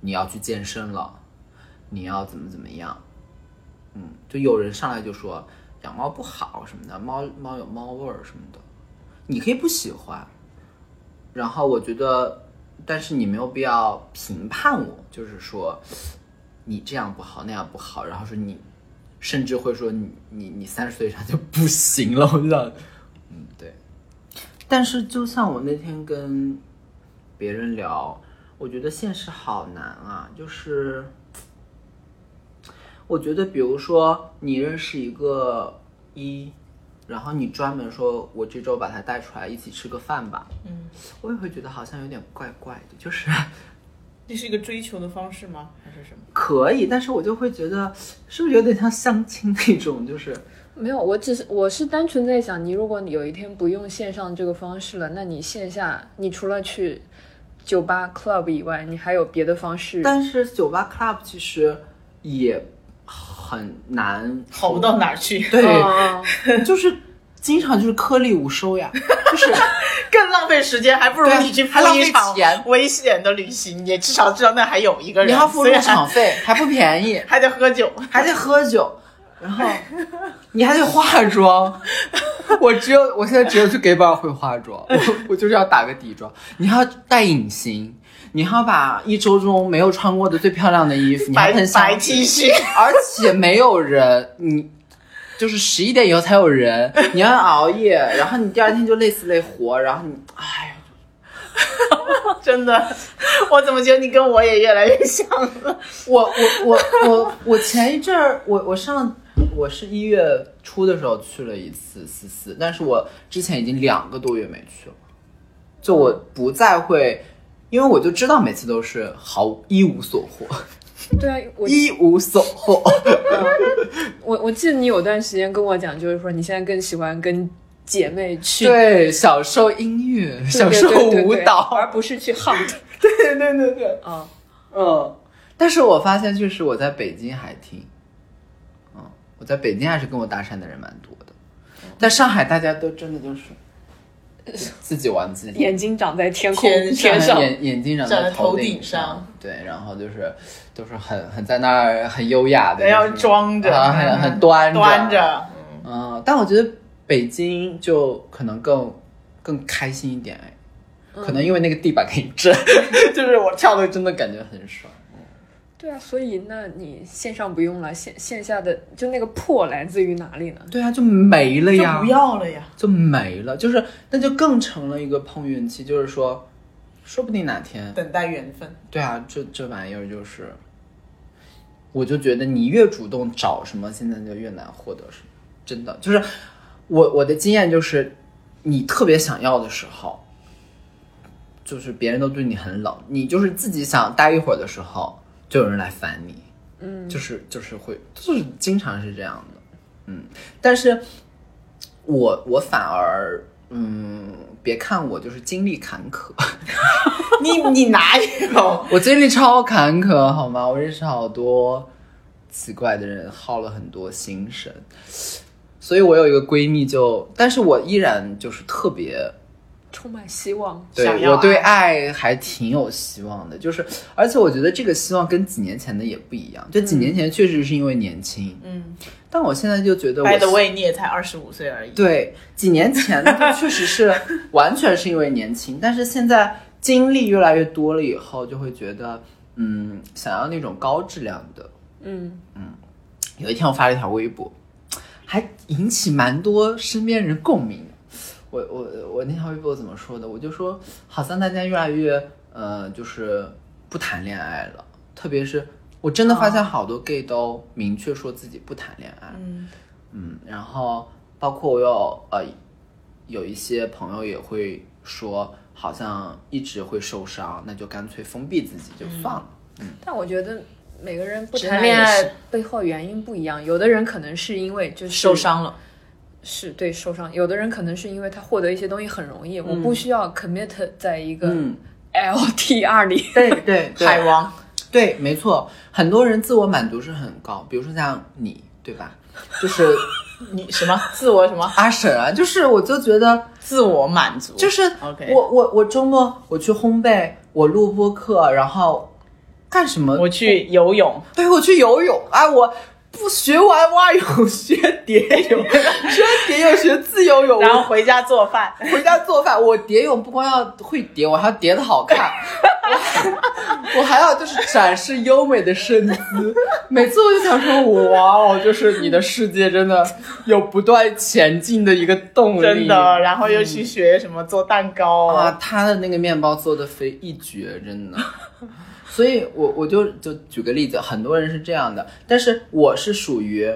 S1: 你要去健身了，你要怎么怎么样，嗯，就有人上来就说养猫不好什么的，猫猫有猫味儿什么的，你可以不喜欢，然后我觉得，但是你没有必要评判我，就是说你这样不好，那样不好，然后说你，甚至会说你你你三十岁以上就不行了，我就想，嗯对。但是就像我那天跟别人聊，我觉得现实好难啊，就是我觉得，比如说你认识一个一，然后你专门说我这周把他带出来一起吃个饭吧，
S4: 嗯，
S1: 我也会觉得好像有点怪怪的，就是
S4: 这是一个追求的方式吗？还是什么？
S1: 可以，但是我就会觉得是不是有点像相亲那种，就是
S2: 没有，我只是我是单纯在想，你如果你有一天不用线上这个方式了，那你线下你除了去酒吧 club 以外，你还有别的方式？
S1: 但是酒吧 club 其实也很难，
S4: 好不嗯到哪儿去，
S2: 啊
S1: 对，就是经常就是颗粒无收呀， 就是
S4: 更浪费时间，还不如
S1: 对
S4: 你去
S1: 还
S4: 赴
S1: 浪费
S4: 一场
S1: 钱
S4: 危险的旅行，也至少知道那还有一个人，
S1: 你要付
S4: 虽
S1: 入
S4: 然
S1: 场费，还不便宜，
S4: 还得喝酒，
S1: 还得喝酒，然后你还得化 妆。我只有我现在只有去 gay bar 会化妆，我我就是要打个底妆。你还要戴隐形，你还要把一周中没有穿过的最漂亮的衣服，你还
S4: 白
S1: 喷香
S4: 白
S1: 水
S4: T 恤，
S1: 而且没有人，你就是十一点以后才有人，你要熬夜，然后你第二天就累死累活，然后你，哎呀，
S4: 真的，我怎么觉得你跟我也越来越像了？
S1: 我我我我我前一阵儿，我我上我是一月初的时候去了一次思思，但是我之前已经两个多月没去了，就我
S2: 嗯
S1: 不再会，因为我就知道每次都是毫一无所获，
S2: 对啊，我
S1: 一无所 获。
S2: 我我记得你有段时间跟我讲，就是说你现在更喜欢跟姐妹去
S1: 对，享受音乐，
S2: 对
S1: 享
S2: 对
S1: 受
S2: 对对
S1: 舞
S2: 对
S1: 蹈，
S2: 而不是 去 hunt
S1: 对对对对，
S2: 啊。
S1: 嗯，但是我发现就是我在北京还挺，嗯，我在北京还是跟我搭讪的人蛮多的，在上海大家都真的就是自己玩自己，
S2: 眼睛长在天空
S4: 天上
S2: 天上，
S1: 眼眼睛长
S4: 长
S1: 在
S4: 在
S1: 头
S4: 头顶
S1: 上
S4: 上，
S1: 对，然后就是都是很很在那儿很优雅的，
S4: 还要
S1: 就是
S4: 装着
S1: 啊，很很端
S4: 端着，嗯
S1: 嗯，但我觉得北京就可能更更开心一点哎，
S4: 嗯
S1: 可能因为那个地板给你震， 就是我跳的真的感觉很爽。
S2: 对啊，所以那你线上不用了，线线下的就那个破来自于哪里呢？
S1: 对啊，就没了
S4: 嗯就
S1: 呀，
S4: 不要了呀。
S1: 就没了，就是那就更成了一个碰运气，就是说，说不定哪天，
S4: 等待缘分，
S1: 对啊，这这玩意儿就是，我就觉得你越主动找什么，现在就越难获得什么，真的就是我我的经验就是，你特别想要的时候，就是别人都对你很冷，你就是自己想待一会儿的时候，就有人来烦你，嗯，就是就是会就是经常是这样的，嗯，但是我我反而嗯，别看我就是经历坎坷。
S4: 你你哪有？
S1: 我经历超坎坷，好吗？我认识好多奇怪的人耗了很多心神。所以我有一个闺蜜就，但是我依然就是特别
S2: 充满希望。
S1: 对
S4: 想要啊
S1: 我对
S4: 爱
S1: 爱还挺有希望的，就是而且我觉得这个希望跟几年前的也不一样，就几年前确实是因为年轻，
S4: 嗯
S1: 但我现在就觉得我
S4: ，by the way，你也才二十五岁而已。
S1: 对，几年前就确实是完全是因为年轻，但是现在经历越来越多了以后，就会觉得，嗯，想要那种高质量的。
S2: 嗯，
S1: 有一天我发了一条微博，还引起蛮多身边人共鸣。我我我那条微博怎么说的？我就说，好像大家越来越呃，就是不谈恋爱了，特别是我真的发现好多 gay 都明确说自己不谈恋爱。
S4: 嗯
S1: 嗯，然后包括我有呃有一些朋友也会说，好像一直会受伤，那就干脆封闭自己就算了。
S2: 但我觉得每个人不
S4: 直
S2: 谈
S4: 男
S2: 恋
S4: 也
S2: 爱
S4: 是
S2: 背后原因不一样，有的人可能是因为就是
S4: 受，伤了，
S2: 是对受伤；有的人可能是因为他获得一些东西很容易，我
S4: 嗯
S2: 不需要 commit 在一个
S1: 嗯
S2: LTR 里。
S1: 对对
S4: 海王。
S1: 对，没错，很多人自我满足是很高，比如说像你，对 吧？就是
S4: 你什么自我什么
S1: 阿婶啊，就是我就觉得
S4: 自我满足，
S1: 就是我
S4: OK
S1: 我我周末我去烘焙，我录播课，然后干什么？
S4: 我去游泳，
S1: 对我去游泳，哎，我不学完蛙泳，学蝶 泳，学蝶泳学自由泳，
S4: 然后回家做 饭。
S1: 我回家做饭。我蝶泳不光要会蝶，我还要叠的好看，我还我 还要就是展示优美的身姿。每次我就想说，哇哦，就是你的世界真的有不断前进的一个动力，
S4: 真的，然后又去学什么做蛋糕
S1: 啊，，他的那个面包做的非一绝，真的。 所以我我就就举个例子，很多人是这样的，但是我是属于，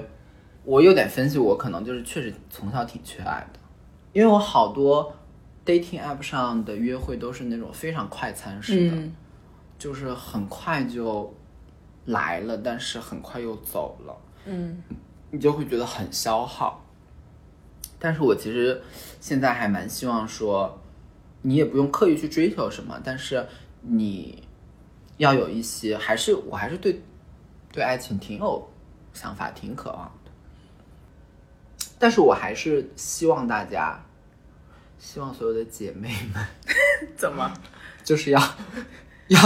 S1: 我有点分析，我可能就是确实从小挺缺爱的，因为我好多 dating app 上的约会都是那种非常快餐式的，
S4: 嗯
S1: 就是很快就来了，但是很快又走了。
S2: 嗯，
S1: 你就会觉得很消耗。但是我其实现在还蛮希望说，你也不用刻意去追求什么，但是你要有一些，还是我还是对对爱情挺有想法，挺渴望的。但是我还是希望大家，希望所有的姐妹们，
S4: 怎么？
S1: 就是要 要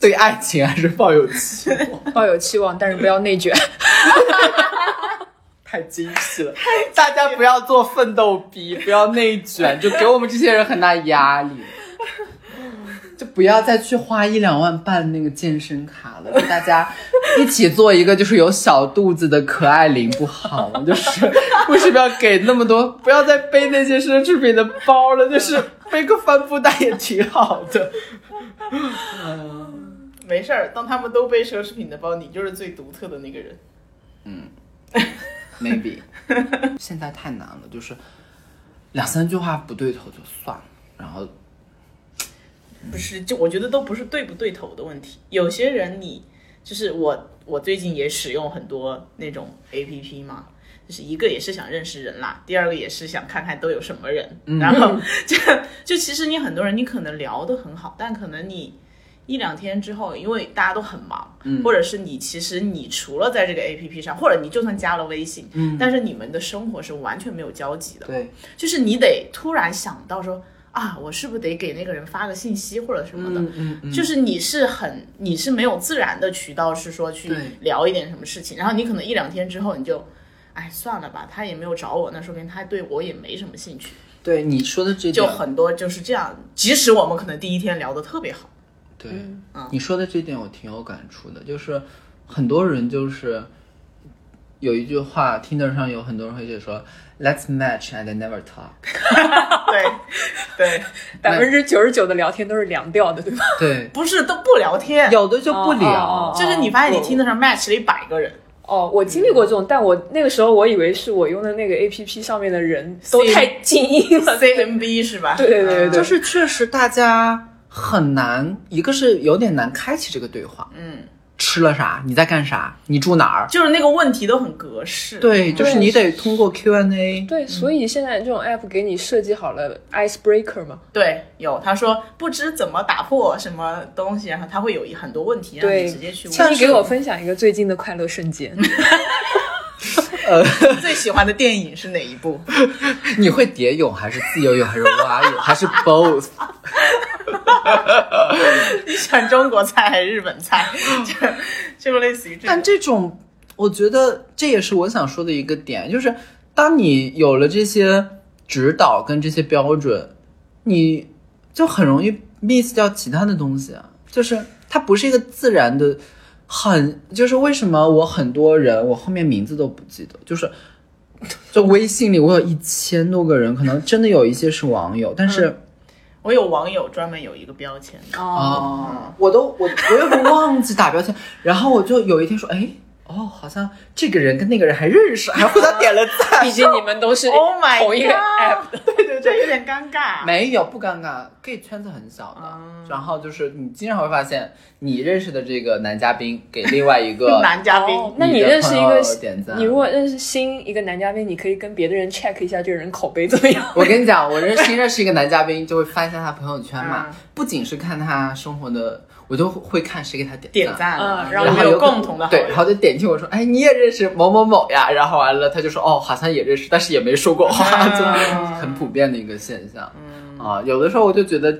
S1: 对爱情还是抱有期望，
S2: 抱有期望，但是不要内卷。
S1: 太精细了，大家不要做奋斗逼，不要内卷，就给我们这些人很大压 力。就不要再去花一两万办那个健身卡了，就大家一起做一个就是有小肚子的可爱零不好吗？就是为什么要给那么多？不要再背那些奢侈品的包了，就是背个帆布袋也挺好的。
S4: 没事儿，当他们都背奢侈品的包，你就是最独特的那个人。
S1: maybe 现在太难了，就是两三句话不对头就算了，然后
S4: 不是，就我觉得都不是对不对头的问题。有些人你就是我，我最近也使用很多那种 A P P 嘛，就是一个也是想认识人啦，第二个也是想看看都有什么人，然后就 就其实你很多人你可能聊得很好，但可能你。一两天之后，因为大家都很忙，
S1: 嗯
S4: 或者是你其实你除了在这个 A P P 上，或者你就算加了微信，但是你们的生活是完全没有交集的，
S1: 嗯对。
S4: 就是你得突然想到说啊，我是不是得给那个人发个信息或者什么
S1: 嗯
S4: 的？就是你是很你是没有自然的渠道是说去
S1: 对
S4: 聊一点什么事情，然后你可能一两天之后你就。哎，算了吧，他也没有找我，那说明他对我也没什么兴趣。
S1: 对你说的这点，
S4: 就很多就是这样，即使我们可能第一天聊得特别好，
S1: 对、
S2: 嗯
S1: 你说的这点我挺有感触的，就是很多人就是有一句话，Tinder 上有很多人会写说 “Let's match and never talk”，
S4: 对，对，
S2: 百分之九十九的聊天都是凉掉的，对吧？
S1: 对，
S4: 不是都不聊天，
S1: 有的就不聊，
S2: 哦哦哦
S4: 就是你发现你
S2: 不
S4: 听得上 match 了一百个人，
S2: 哦，我经历过这种，但我那个时候我以为是我用的那个 A P P 上面的人都
S4: 是
S2: 太精英了。
S4: CMB 是吧？嗯
S2: 对对对对对，
S1: 就是确实大家很难，一个是有点难开启这个对话，
S4: 嗯，
S1: 吃了啥，你在干啥，你住哪儿，
S4: 就是那个问题都很格式。，
S1: 对，就是
S2: 对
S1: 你得通过 Q&A，
S2: 对，所以现在这种 app 给你设计好了 icebreaker 嘛，
S4: 对，有他说不知怎么打破什么东西，然后他会有一很多问题让
S2: 对
S4: 你直接去
S2: 请
S4: 问。
S2: 你给我分享一个最近的快乐瞬间。
S4: 最喜欢的电影是哪 一部？
S1: 你会蝶泳还是自由泳还是蛙泳还是 both？
S4: 你喜欢中国菜还是日本菜？ 就就类似于这
S1: 但
S4: 种。
S1: 这种，我觉得这也是我想说的一个点，就是当你有了这些指导跟这些标准，你就很容易 miss 掉其他的东西啊。就是它不是一个自然的，很就是为什么我很多人我后面名字都不记得，就是。就微信里，我有一千多个人，可能真的有一些是网友，但是、
S4: 我有网友专门有一个标签，
S2: 哦，
S1: 哦，我都我我有点忘记打标签，然后我就有一天说，哎，哦，好像这个人跟那个人还认识，还互相点了赞。
S2: 毕竟你们都是
S4: Oh my
S2: 同一个
S4: God
S2: app 的。
S4: 对对对，有点尴尬。啊
S1: 没有不尴尬，gay 圈子很小的，
S4: 嗯
S1: 然后就是你经常会发现，你认识的这个男嘉宾给另外一个
S4: 男嘉宾，
S2: 哦，那
S1: 你
S2: 你
S1: 的
S2: 认识一
S1: 朋
S2: 个
S1: 友点赞，
S2: 你如果认识新一个男嘉宾，你可以跟别的人 check 一下这个人口碑怎 么样。
S1: 我跟你讲，我认新认识一个男嘉宾，就会翻一下他朋友圈嘛，
S4: 嗯
S1: 不仅是看他生活的，我就会看谁给他点
S4: 点赞
S1: 哦
S4: 了，
S2: 嗯然
S4: 然后
S2: 后
S4: 你们
S1: 有
S4: 有
S1: 可
S4: 共同的好
S1: 对，
S4: 友
S1: 然。后就点进我说，哎，你也认识某某某呀？然后完了，他就说，哦，好像也认识，但是也没说过话，
S4: 嗯
S1: 就很普遍的一个现象。啊，有的时候我就觉得，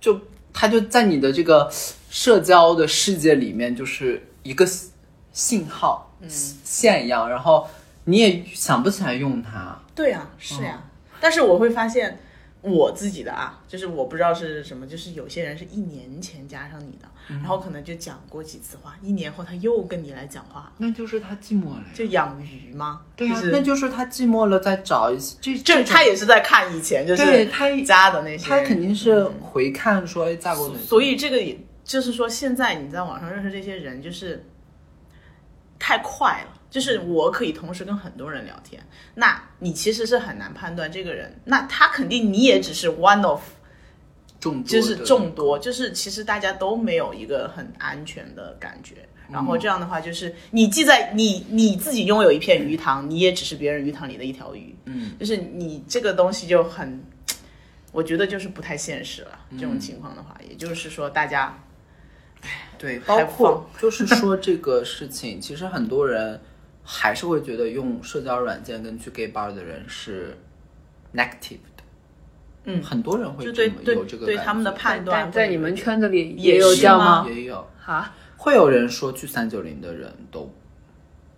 S1: 就他就在你的这个社交的世界里面，就是一个信号、
S4: 嗯
S1: 线一样，然后你也想不起来用它。
S4: 对呀、是呀、
S1: 嗯
S4: 但是我会发现我自己的啊，就是我不知道是什么，就是有些人是一年前加上你的，
S1: 嗯
S4: 然后可能就讲过几次话，一年后他又跟你来讲话，
S1: 那就是他寂寞了呀。
S4: 就养鱼吗？
S1: 对呀、
S4: 就是
S1: 那就是他寂寞了，再找一些这
S4: 这
S1: 这
S4: 他也是在看以前就是
S1: 对他
S4: 加的那些，
S1: 他肯定是回看说哎再过哪些
S4: 嗯所以这个也就是说，现在你在网上认识这些人，就是太快了。就是我可以同时跟很多人聊天，那你其实是很难判断这个人，那他肯定你也只是 one of，
S1: 众多
S4: 就是
S1: 的
S4: 众多，就是其实大家都没有一个很安全的感觉。然
S1: 嗯
S4: 后这样的话，就是你既在你你自己拥有一片鱼塘，你也只是别人鱼塘里的一条鱼。
S1: 嗯，
S4: 就是你这个东西就很，我觉得就是不太现实了。这
S1: 嗯
S4: 种情况的话，也就是说大家
S1: 对，包
S4: 还
S1: 括 就是说这个事情，其实很多人还是会觉得用社交软件跟去 gay bar 的人是 negative 的。
S4: 嗯
S1: 很多人会
S4: 就
S1: 这
S4: 对
S1: 么
S4: 对
S1: 有这个
S4: 对
S1: 感
S4: 他们的
S1: 觉
S4: 判
S2: 在
S4: 断
S2: 在你们圈子里
S4: 也
S2: 有
S4: 是
S2: 这样
S4: 吗
S1: 也有，
S2: 啊，
S1: 会有人说去三九零的人都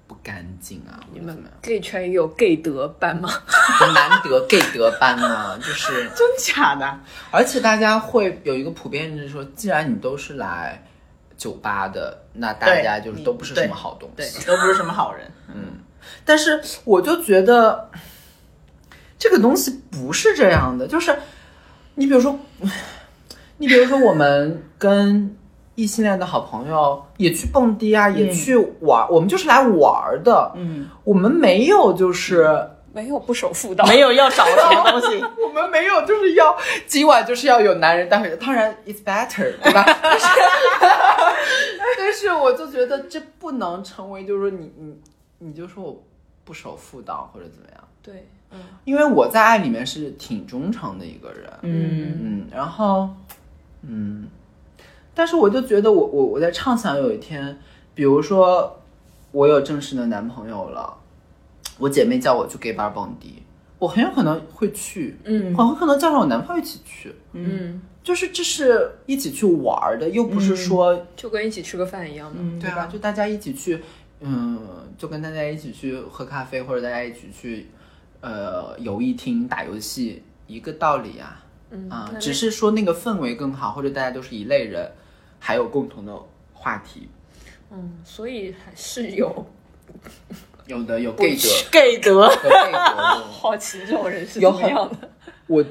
S1: 不干净啊，或
S2: 你
S1: 者
S2: 们
S1: 怎么样，
S2: gay 圈也有 gay 德班吗？
S1: 就难得 gay 德班啊，就是
S4: 真假的，
S1: 而且大家会有一个普遍认知说，既然你都是来酒吧的，那大
S4: 对
S1: 家就是
S4: 你
S1: 都不是
S4: 对
S1: 什么好东
S4: 对
S1: 西。，
S4: 都不是什么好人。
S1: 但是我就觉得这个东西不是这样的，就是你比如说， 你比如说我们跟异性恋的好朋友也去蹦迪啊，也去玩，我们就是来玩儿的，
S4: 嗯，
S1: 我们没有就是。
S2: 没有不守妇道，
S4: 没有要找钱东西，
S1: 我们没有，就是要今晚就是要有男人带回去。当然，it's better，对 吧？但是，但是我就觉得这不能成为，就是说你你你就说我不守妇道或者怎么样，
S2: 对，嗯，
S1: 因为我在爱里面是挺忠诚的一个人，
S4: 嗯，
S1: 嗯，然后，嗯，但是我就觉得我我我在畅想有一天，比如说我有正式的男朋友了，我姐妹叫我去 gay bar 蹦迪，我很有可能会去，
S2: 嗯
S1: 很有可能叫上我男朋友一起去，
S2: 嗯，
S1: 就是这是一起去玩儿的，又不是说、
S2: 就跟一起吃个饭一样
S4: 嗯
S2: 嘛。
S1: 对
S4: 啊
S1: 吧？就大家一起去，嗯，就跟大家一起去喝咖啡，或者大家一起去，呃，游戏厅打游戏，一个道理啊。
S2: 嗯
S1: 啊
S2: 那，
S1: 只是说那个氛围更好，或者大家都是一类人，还有共同的话题。
S2: 嗯，所以还是有
S1: 有的有 gay 者
S4: 给德
S1: 和 gay 国
S2: 好奇这种人是
S1: 有
S2: 怎么
S1: 很
S2: 样的。
S1: 我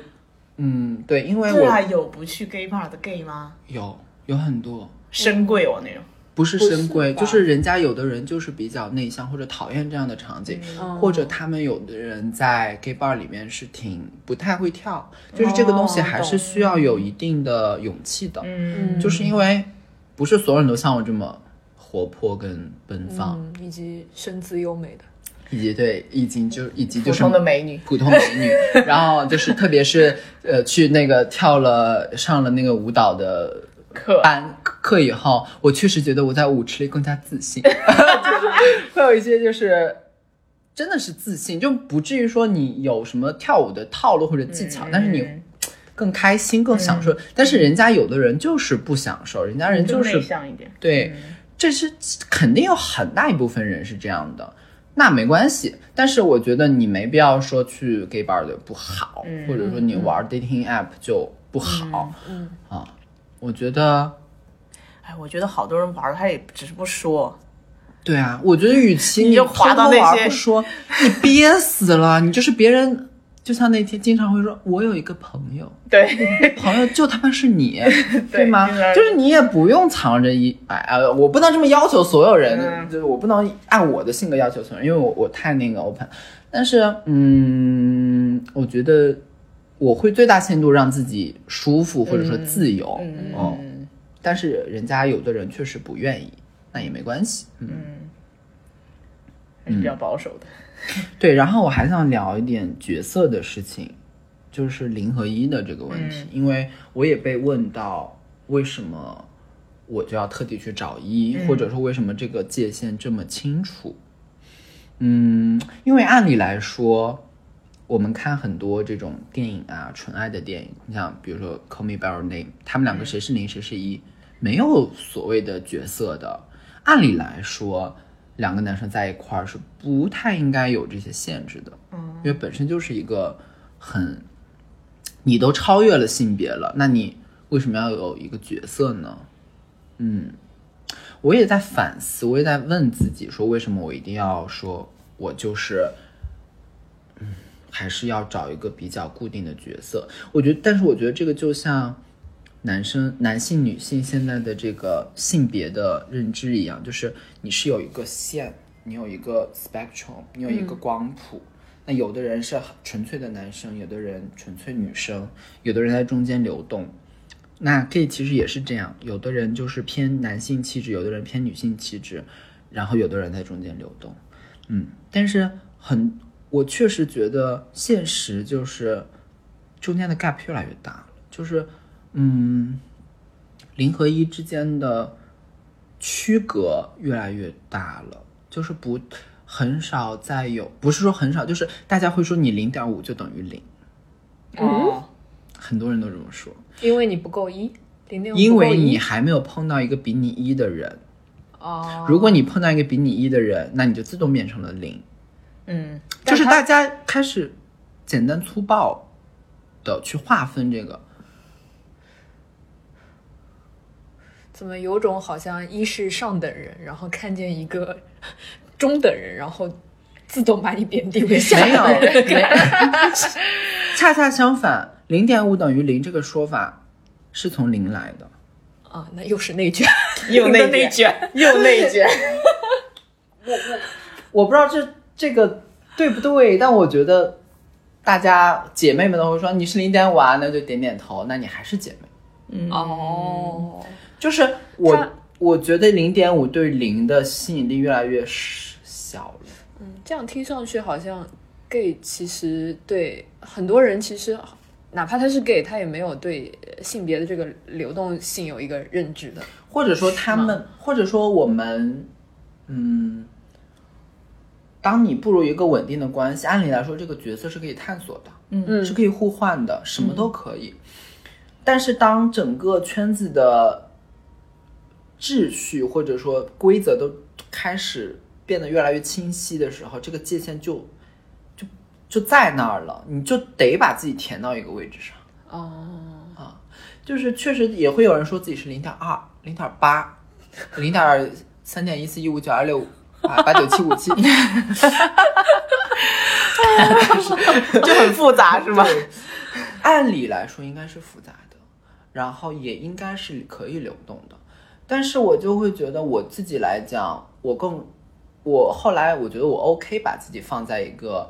S1: 嗯，对，因为
S4: 对啊，
S1: 我
S4: 有不去 gay bar 的 gay 吗？
S1: 有有很多
S4: 深贵哦那种，
S1: 不是
S2: 不是
S1: 深闺，
S2: 吧
S1: 就是人家有的人就是比较内向或者讨厌这样的场景，
S2: 嗯
S1: 或者他们有的人在 gay bar 里面是挺不太会跳，就是这个东西
S4: 哦
S1: 还是
S4: 懂
S1: 需要有一定的勇气的，
S4: 嗯
S1: 就是因为不是所有人都像我这么。活泼跟奔放，
S2: 嗯，以及身姿优美的
S1: 以及对，以及就以及就
S4: 普
S1: 是
S4: 通的美女，
S1: 普通美女，然后就是特别是呃去那个跳了上了那个舞蹈的
S4: 可
S1: 班课以后，我确实觉得我在舞池里更加自 信，就是会有一些就是真的是自信，就不至于说你有什么跳舞的套路或者技
S4: 嗯
S1: 巧，但是你更开心、更享受。但是人家有的人就是不享受，人家人
S4: 就
S1: 就是
S4: 内向嗯一点，
S1: 对，这是肯定有很大一部分人是这样的。那没关系，但是我觉得你没必要说去 gay bar 的不好，
S4: 嗯
S1: 或者说你玩 dating app 就不好。
S2: 嗯
S1: 啊，我觉得
S4: 哎，我觉得好多人玩儿他也只是不说，
S1: 对啊，我觉得与其
S4: 你就滑到
S1: 偷偷
S4: 那
S1: 玩
S4: 些
S1: 不说，你憋死了，你就是别人。就像那天经常会说，我有一个朋 友，
S4: 对，
S1: 朋友就他妈是你，
S4: 对
S1: 吗
S4: 经常？
S1: 就是你也不用藏着一哎呃，我不能这么要求所有人，
S4: 嗯
S1: 就是我不能按我的性格要求所有人，因为我我太那个 open。但是嗯，我觉得我会最大限度让自己舒服或者说自由，嗯，但是人家有的人确实不愿意，那也没关系，嗯。
S4: 还是哎比较保守的。
S1: 对，然后我还想聊一点角色的事情，就是零和一的这个问题，因为我也被问到为什么我就要特地去找一、或者说为什么这个界限这么清楚。嗯，因为按理来说，我们看很多这种电影啊，纯爱的电影，你像比如说《Call Me by Your Name》，他们两个谁是零，谁是一，没有所谓的角色的。按理来说，两个男生在一块儿是不太应该有这些限制的，嗯，因为本身就是一个很，你都超越了性别了，那你为什么要有一个角色呢？嗯，我也在反思，我也在问自己，说为什么我一定要说我就是，嗯，还是要找一个比较固定的角色？我觉得，但是我觉得这个就像男生、男性、女性现在的这个性别的认知一样，就是你是有一个线，你有一个 spectrum，你有一个光谱。那有的人是纯粹的男生，有的人纯粹女生，有的人在中间流动。那 gay 其实也是这样，有的人就是偏男性气质，有的人偏女性气质，然后有的人在中间流动。嗯，但是很，我确实觉得现实就是中间的 gap 越来越大了，就是嗯，零和一之间的区隔越来越大了，就是不很少再有，不是说很少，就是大家会说你零点五就等于零，
S4: 哦，
S1: 很多人都这么说。
S2: 因为你不够一，零点
S1: 因为你还没有碰到一个比你一的人。
S2: 哦，
S1: 如果你碰到一个比你一的人，那你就自动变成了零。
S4: 嗯，
S1: 就是大家开始简单粗暴的去划分这个，
S2: 怎么有种好像一是上等人，然后看见一个中等人，然后自动把你贬低为下
S1: 没有，
S2: 等人。
S1: 没有，恰恰相反，零点五等于零这个说法是从零来的。
S2: 啊，那又是内卷，
S4: 又
S2: 你的
S4: 内
S2: 内
S4: 卷， 又内卷，
S1: 我不知道这这个对不对，但我觉得大家姐妹们都会说你是零点五啊，那就点点头，那你还是姐妹。嗯
S2: 哦，
S1: 就是我
S2: 它，
S1: 我觉得零点五对零的吸引力越来越小了。
S2: 嗯，这样听上去好像 gay 其实对很多人其实。哪怕他是 gay，他也没有对呃性别的这个流动性有一个认知的。
S1: 或者说他们，或者说我们，嗯，当你步入一个稳定的关系，按理来说，这个角色是可以探索的，
S2: 嗯
S1: 是可以互换的，什么都可以。但是当整个圈子的秩序或者说规则都开始变得越来越清晰的时候，这个界限就就就在那儿了，你就得把自己填到一个位置上。
S2: 哦，
S1: 就是确实也会有人说自己是零点二、零点八、零点三点一四一五九二六啊八九七五七，
S4: 就很复 杂，是吧？
S1: 按理来说应该是复杂的，然后也应该是可以流动的。但是我就会觉得我自己来讲，我更我后来我觉得我 OK 把自己放在一个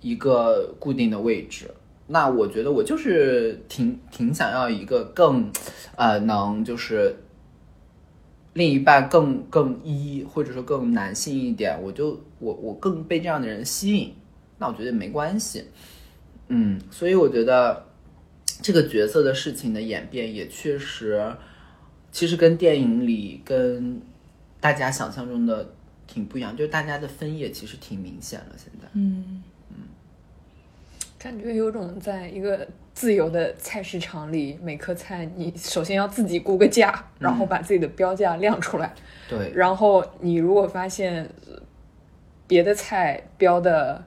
S1: 一个固定的位置。那我觉得我就是挺挺想要一个更，呃，能就是另一半更更一或者说更男性一点，我就我我更被这样的人吸引，那我觉得也没关系。嗯，所以我觉得这个角色的事情的演变也确实，其实跟电影里跟大家想象中的挺不一样，就是大家的分野其实挺明显了。现在，
S4: 嗯
S2: 感觉有种在一个自由的菜市场里，每颗菜你首先要自己估个价，
S1: 嗯
S2: 然后把自己的标价亮出来。
S1: 对，
S2: 然后你如果发现呃别的菜标的，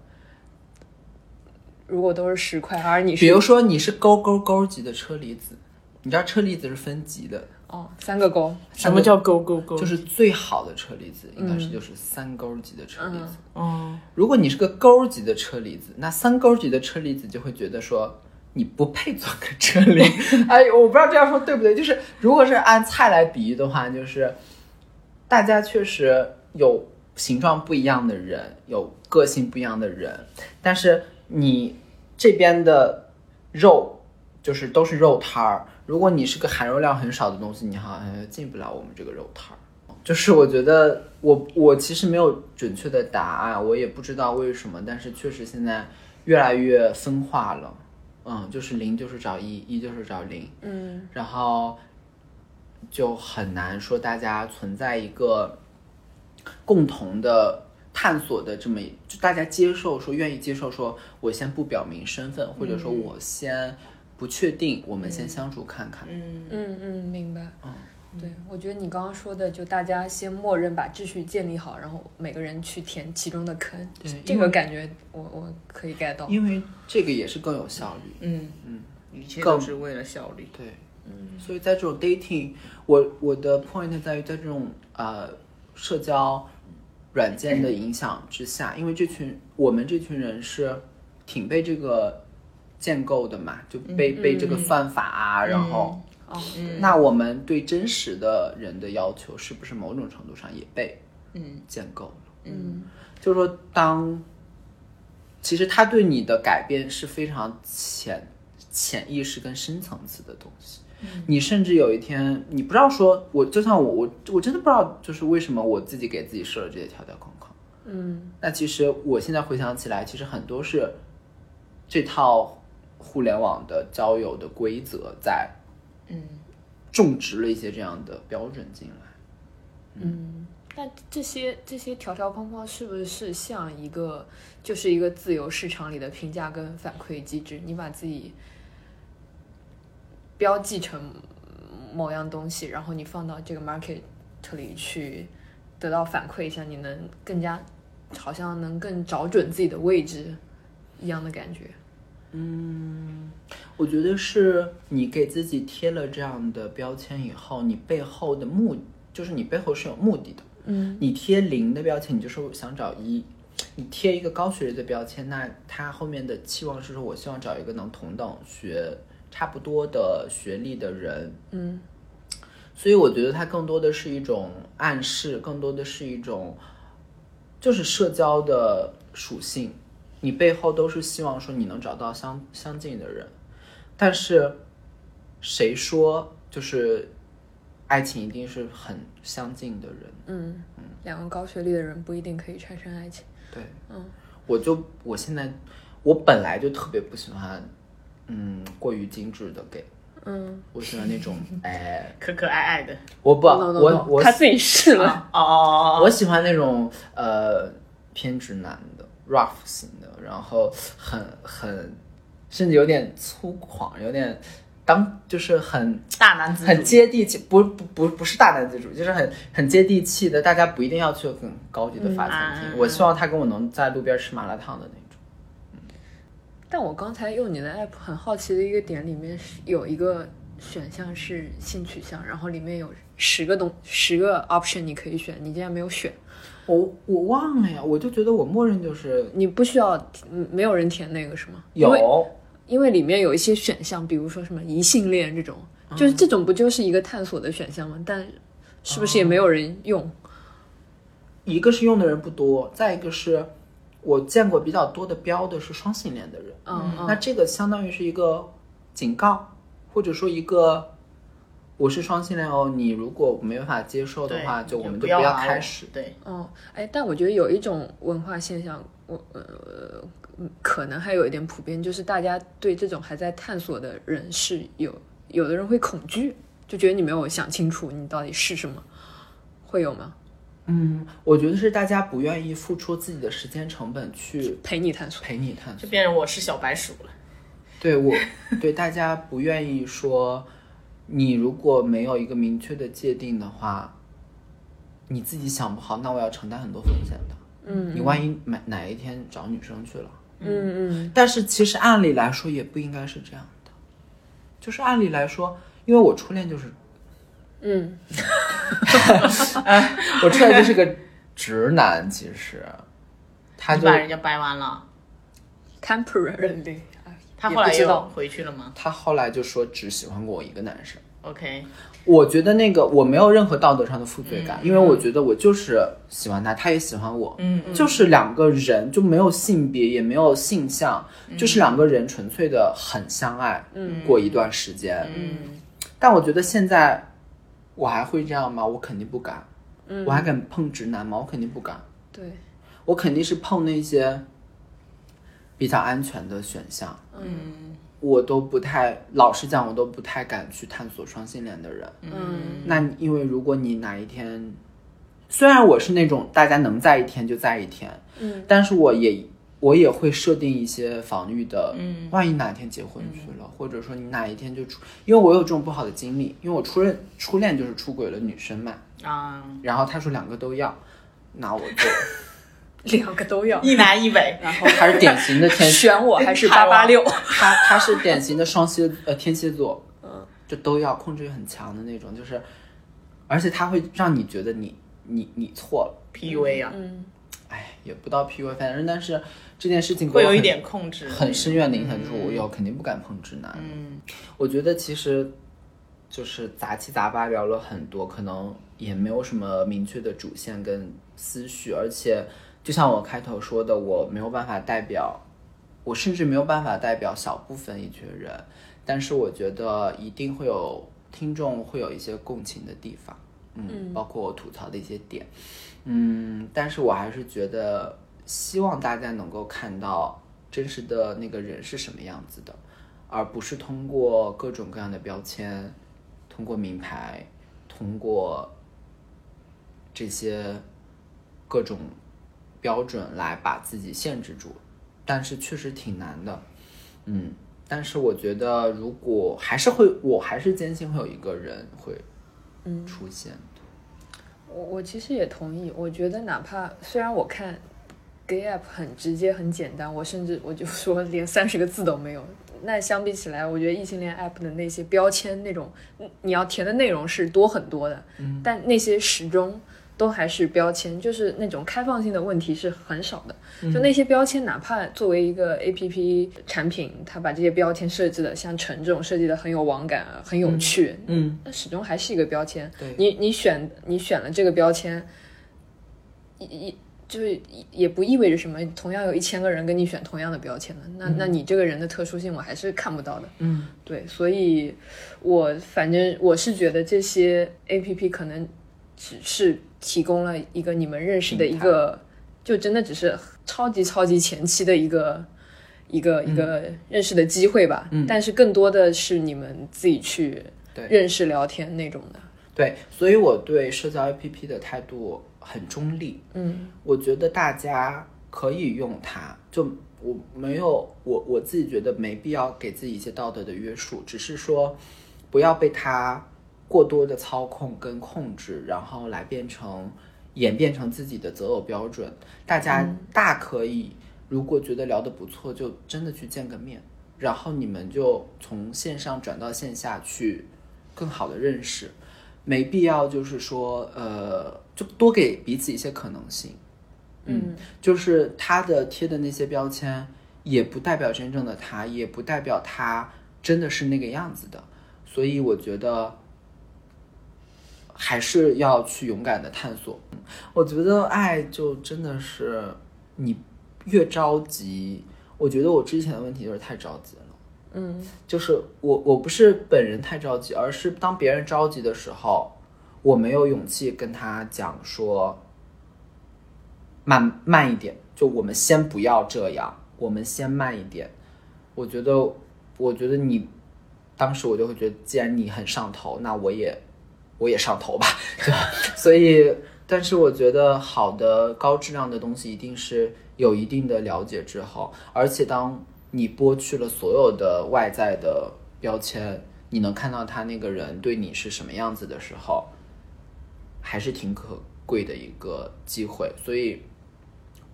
S2: 如果都是十块，而你是
S1: 比如说你是勾勾勾级的车厘子，你知道车厘子是分级的，
S2: 哦三个勾，
S4: 什么叫勾勾勾？
S1: 就是最好的车厘子应该是就是三勾级的车厘子。
S4: 嗯，
S1: 如果你是个勾级的车厘子，那三勾级的车厘子就会觉得说你不配做个车厘。哎，我不知道这样说对不对，就是如果是按菜来比喻的话，就是大家确实有形状不一样的人，有个性不一样的人，但是你这边的肉就是都是肉摊儿。如果你是个含肉量很少的东西，你好像进不了我们这个肉摊儿。就是我觉得我我其实没有准确的答案，我也不知道为什么，但是确实现在越来越分化了。嗯，就是零就是找一，一就是找零，
S2: 嗯，
S1: 然后就很难说大家存在一个共同的探索的这么一，就大家接受说愿意接受说，我先不表明身份，或者说我先不确定，我们先相处看看。
S2: 嗯嗯，明白。对，我觉得你刚刚说的，就大家先默认把秩序建立好，然后每个人去填其中的坑，
S1: 对
S2: 这
S1: 因
S2: 个感觉我我可以 get 到。
S1: 因为这个也是更有效率。
S4: 嗯嗯，一切
S1: 更
S4: 都是为了效率。
S1: 对，嗯，所以在这种 dating，我我的 point 在于在这种呃社交软件的影响之下，因为这群我们这群人是挺被这个建构的嘛，就被、被这个算法啊，然后。
S2: 哦，
S1: 那我们对真实的人的要求，是不是某种程度上也被
S4: 嗯
S1: 建构了？
S2: 嗯
S1: 就是说当，其实他对你的改变是非常潜潜意识跟深层次的东西。你甚至有一天，你不知道说，我就像我我我真的不知道，就是为什么我自己给自己设了这些条条框框。
S2: 嗯
S1: 那其实我现在回想起来，其实很多是这套互联网的交友的规则在
S4: 嗯，
S1: 种植了一些这样的标准进来。
S2: 嗯。那这些这些条条框框是不是像一个就是一个自由市场里的评价跟反馈机制？你把自己标记成某样东西，然后你放到这个 market 里去得到反馈一下，你能更加好像能更找准自己的位置一样的感觉。
S1: 我觉得是你给自己贴了这样的标签以后，你背后的目就是你背后是有目的的。
S2: 嗯，
S1: 你贴零的标签，你就是想找一；你贴一个高学历的标签，那他后面的期望是说，我希望找一个能同等学差不多的学历的人。
S2: 嗯，
S1: 所以我觉得它更多的是一种暗示，更多的是一种就是社交的属性。你背后都是希望说你能找到相相近的人，但是谁说就是爱情一定是很相近的人？
S2: 嗯，两个高学历的人不一定可以产生爱情。
S1: 对，
S2: 嗯，
S1: 我就我现在我本来就特别不喜欢，嗯，过于精致的给，
S2: 嗯，
S1: 我喜欢那 种哎，
S4: 可可爱爱的。
S1: 我不
S2: no, no,
S1: 我
S2: no,
S1: 我
S2: 他自己试了。
S4: 哦哦哦
S1: 我喜欢那种呃偏直男的 rough 型的，然后很很甚至有点粗犷，有点当就是很
S4: 大男子主义
S1: 很接地气，不不不不是大男子主义，就是很很接地气的。大家不一定要去很高级的法餐厅，
S4: 嗯
S1: 我希望他跟我能在路边吃麻辣烫的那种。
S2: 但我刚才用你的 app 很好奇的一个点，里面是有一个选项是性取向，然后里面有十个东十个 option 你可以选，你竟然没有选，
S1: 我我忘了呀，我就觉得我默认就是
S2: 你不需要，嗯没有人填那个是吗？因为
S1: 有。
S2: 因为里面有一些选项，比如说什么异性恋这种，就是这种不就是一个探索的选项吗？但是不是也没有人用？
S1: 一个是用的人不多，再一个是我见过比较多的标的是双性恋的人，
S2: 嗯嗯
S1: 那这个相当于是一个警告，或者说一个我是双性恋哦，你如果没办法接受的
S4: 对
S1: 话，就我们就
S4: 不
S1: 不要
S4: 拉
S1: 开
S4: 我
S1: 始。
S4: 对，
S2: 哦，哎，但我觉得有一种文化现象，我呃，嗯可能还有一点普遍，就是大家对这种还在探索的人是有有的人会恐惧，就觉得你没有想清楚你到底是什么，会有吗？
S1: 我觉得是大家不愿意付出自己的时间成本去
S2: 陪你探索，
S1: 陪你探
S4: 就
S1: 索。
S4: 变成我是小白鼠了。
S1: 对我，对大家不愿意说，你如果没有一个明确的界定的话，你自己想不好，那我要承担很多风险的。
S2: 嗯
S1: 你万一哪哪一天找女生去了，
S2: 嗯嗯
S1: 但是其实按理来说也不应该是这样的，就是按理来说，因为我初恋就是
S2: 嗯，
S1: 哎我出来就是个直男，其实他
S4: 你
S1: 就
S4: 把人家掰弯了，
S2: ，temporarily，
S4: 他
S2: 也
S4: 后
S2: 不
S4: 来
S2: 知
S4: 又
S2: 道
S4: 回去了吗
S1: 他后来就说只喜欢过我一个男生。
S4: ？OK，
S1: 我觉得那个我没有任何道德上的负罪感，因为我觉得我就是喜欢他，他也喜欢我，
S4: 嗯，
S1: 就是两个人就没有性别也没有性向，就是两个人纯粹的很相爱，嗯，过一段时间，
S4: 嗯，
S1: 但我觉得现在我还会这样吗？我肯定不敢，嗯，我还敢碰直男吗？我肯定不敢，
S2: 对，
S1: 我肯定是碰那些比较安全的选项。嗯，我都不太，老实讲，我都不太敢去探索双性恋的人。
S2: 嗯
S1: 那你因为如果你哪一天，虽然我是那种大家能在一天就在一天，
S2: 嗯，
S1: 但是我也我也会设定一些防御的，嗯，万一哪天结婚去了，或者说你哪一天就出，因为我有这种不好的经历，因为我初恋初恋就是出轨了女生嘛，
S4: 啊，
S1: 然后他说两个都要，那我就。
S2: 两个都要，
S4: 一南一北，
S1: 然 后还是典型的天蝎，
S2: 选我还是
S4: 看
S2: 八
S4: 我
S2: 八六，
S1: 他他是典型的双蝎呃天蝎座，嗯，就都要控制欲很强的那种，就是，而且他会让你觉得你你你错了，
S4: PUA 啊，
S2: 嗯
S1: 哎，也不到 PUA，反正但是这件事情给我
S4: 会有一
S1: 很
S4: 点 控制，
S1: 很深远的影响，就是我以后肯定不敢碰直男。
S4: 嗯，
S1: 我觉得其实就是杂七杂八聊了很多，可能也没有什么明确的主线跟思绪，而且就像我开头说的，我没有办法代表，我甚至没有办法代表小部分一群人，但是我觉得一定会有听众会有一些共情的地方，嗯，包括我吐槽的一些点，嗯，但是我还是觉得希望大家能够看到真实的那个人是什么样子的。而不是通过各种各样的标签，通过名牌，通过这些各种标准来把自己限制住，但是确实挺难的，嗯。但是我觉得，如果还是会，我还是坚信会有一个人会
S2: 嗯。
S1: 出现的。
S2: 我我其实也同意，我觉得哪怕虽然我看 gay app 很直接很简单，我甚至我就说连三十个字都没有。那相比起来，我觉得异性恋 app 的那些标签那种，嗯你要填的内容是多很多的，但那些始终都还是标签，就是那种开放性的问题是很少的。就那些标签，哪怕作为一个 A P P 产品，它把这些标签设置的像陈这种设计的很有网感啊，很有趣，
S1: 嗯，
S2: 那始终还是一个标签。
S1: 对
S2: 你你选你选了这个标签，一一就是也不意味着什么。同样有一千个人跟你选同样的标签了，那、那你这个人的特殊性我还是看不到的。
S1: 嗯，
S2: 对，所以我反正我是觉得这些 A P P 可能只是提供了一个你们认识的一个，就真的只是超级超级前期的一个。一个一个认识的机会吧，但是更多的是你们自己去
S1: 对
S2: 认识聊天那种的。
S1: 对，所以我对社交 APP 的态度很中立。
S2: 嗯
S1: 我觉得大家可以用它，就我没有我我自己觉得没必要给自己一些道德的约束，只是说不要被它过多的操控跟控制，然后来变成演变成自己的择偶标准。大家大可以，如果觉得聊得不错，就真的去见个面，然后你们就从线上转到线下去更好的认识。没必要，就是说，呃，就多给彼此一些可能性。
S2: 嗯
S1: 就是他的贴的那些标签，也不代表真正的他，也不代表他真的是那个样子的。所以我觉得还是要去勇敢的探索。嗯我觉得爱就真的是你越着急，我觉得我之前的问题就是太着急了。就是我我不是本人太着急，而是当别人着急的时候，我没有勇气跟他讲说，慢慢一点，就我们先不要这样，我们先慢一点。我觉得，我觉得你当时我就会觉得，既然你很上头，那我也我也上头吧。 就所以，但是我觉得好的高质量的东西一定是有一定的了解之后，而且当你剥去了所有的外在的标签，你能看到他那个人对你是什么样子的时候，还是挺可贵的一个机会。所以，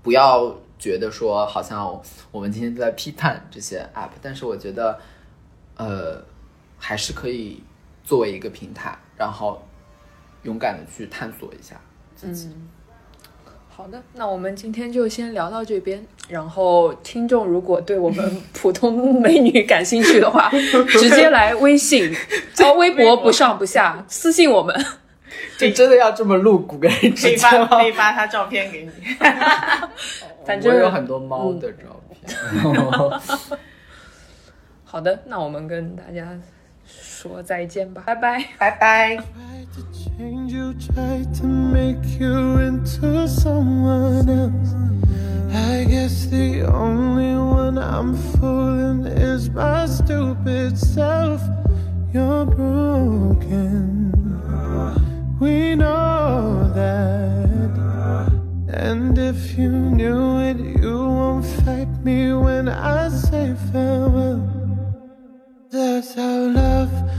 S1: 不要觉得说好像我们今天都在批判这些 app，但是我觉得，呃，还是可以作为一个平台，然后勇敢的去探索一下。
S2: 好的，那我们今天就先聊到这边。然后，听众如果对我们普通美女感兴趣 的话，直接来微信、啊微博不上不下私信我们。
S1: 就真的要这么露骨跟人
S4: 可以
S1: 之间
S4: 发
S1: 吗？
S4: 可以发他照片给你。
S2: 反
S1: 我有
S2: 正
S1: 很多猫的照片。
S2: 好的，那我们跟大家说再见吧，拜拜。
S4: 拜拜。
S3: Tried to change you, tried to make you into someone else. I guess the only one I'm fooling is my stupid self. You're broken. We know that. And if you knew it, you won't fight me when I say farewell. That's how love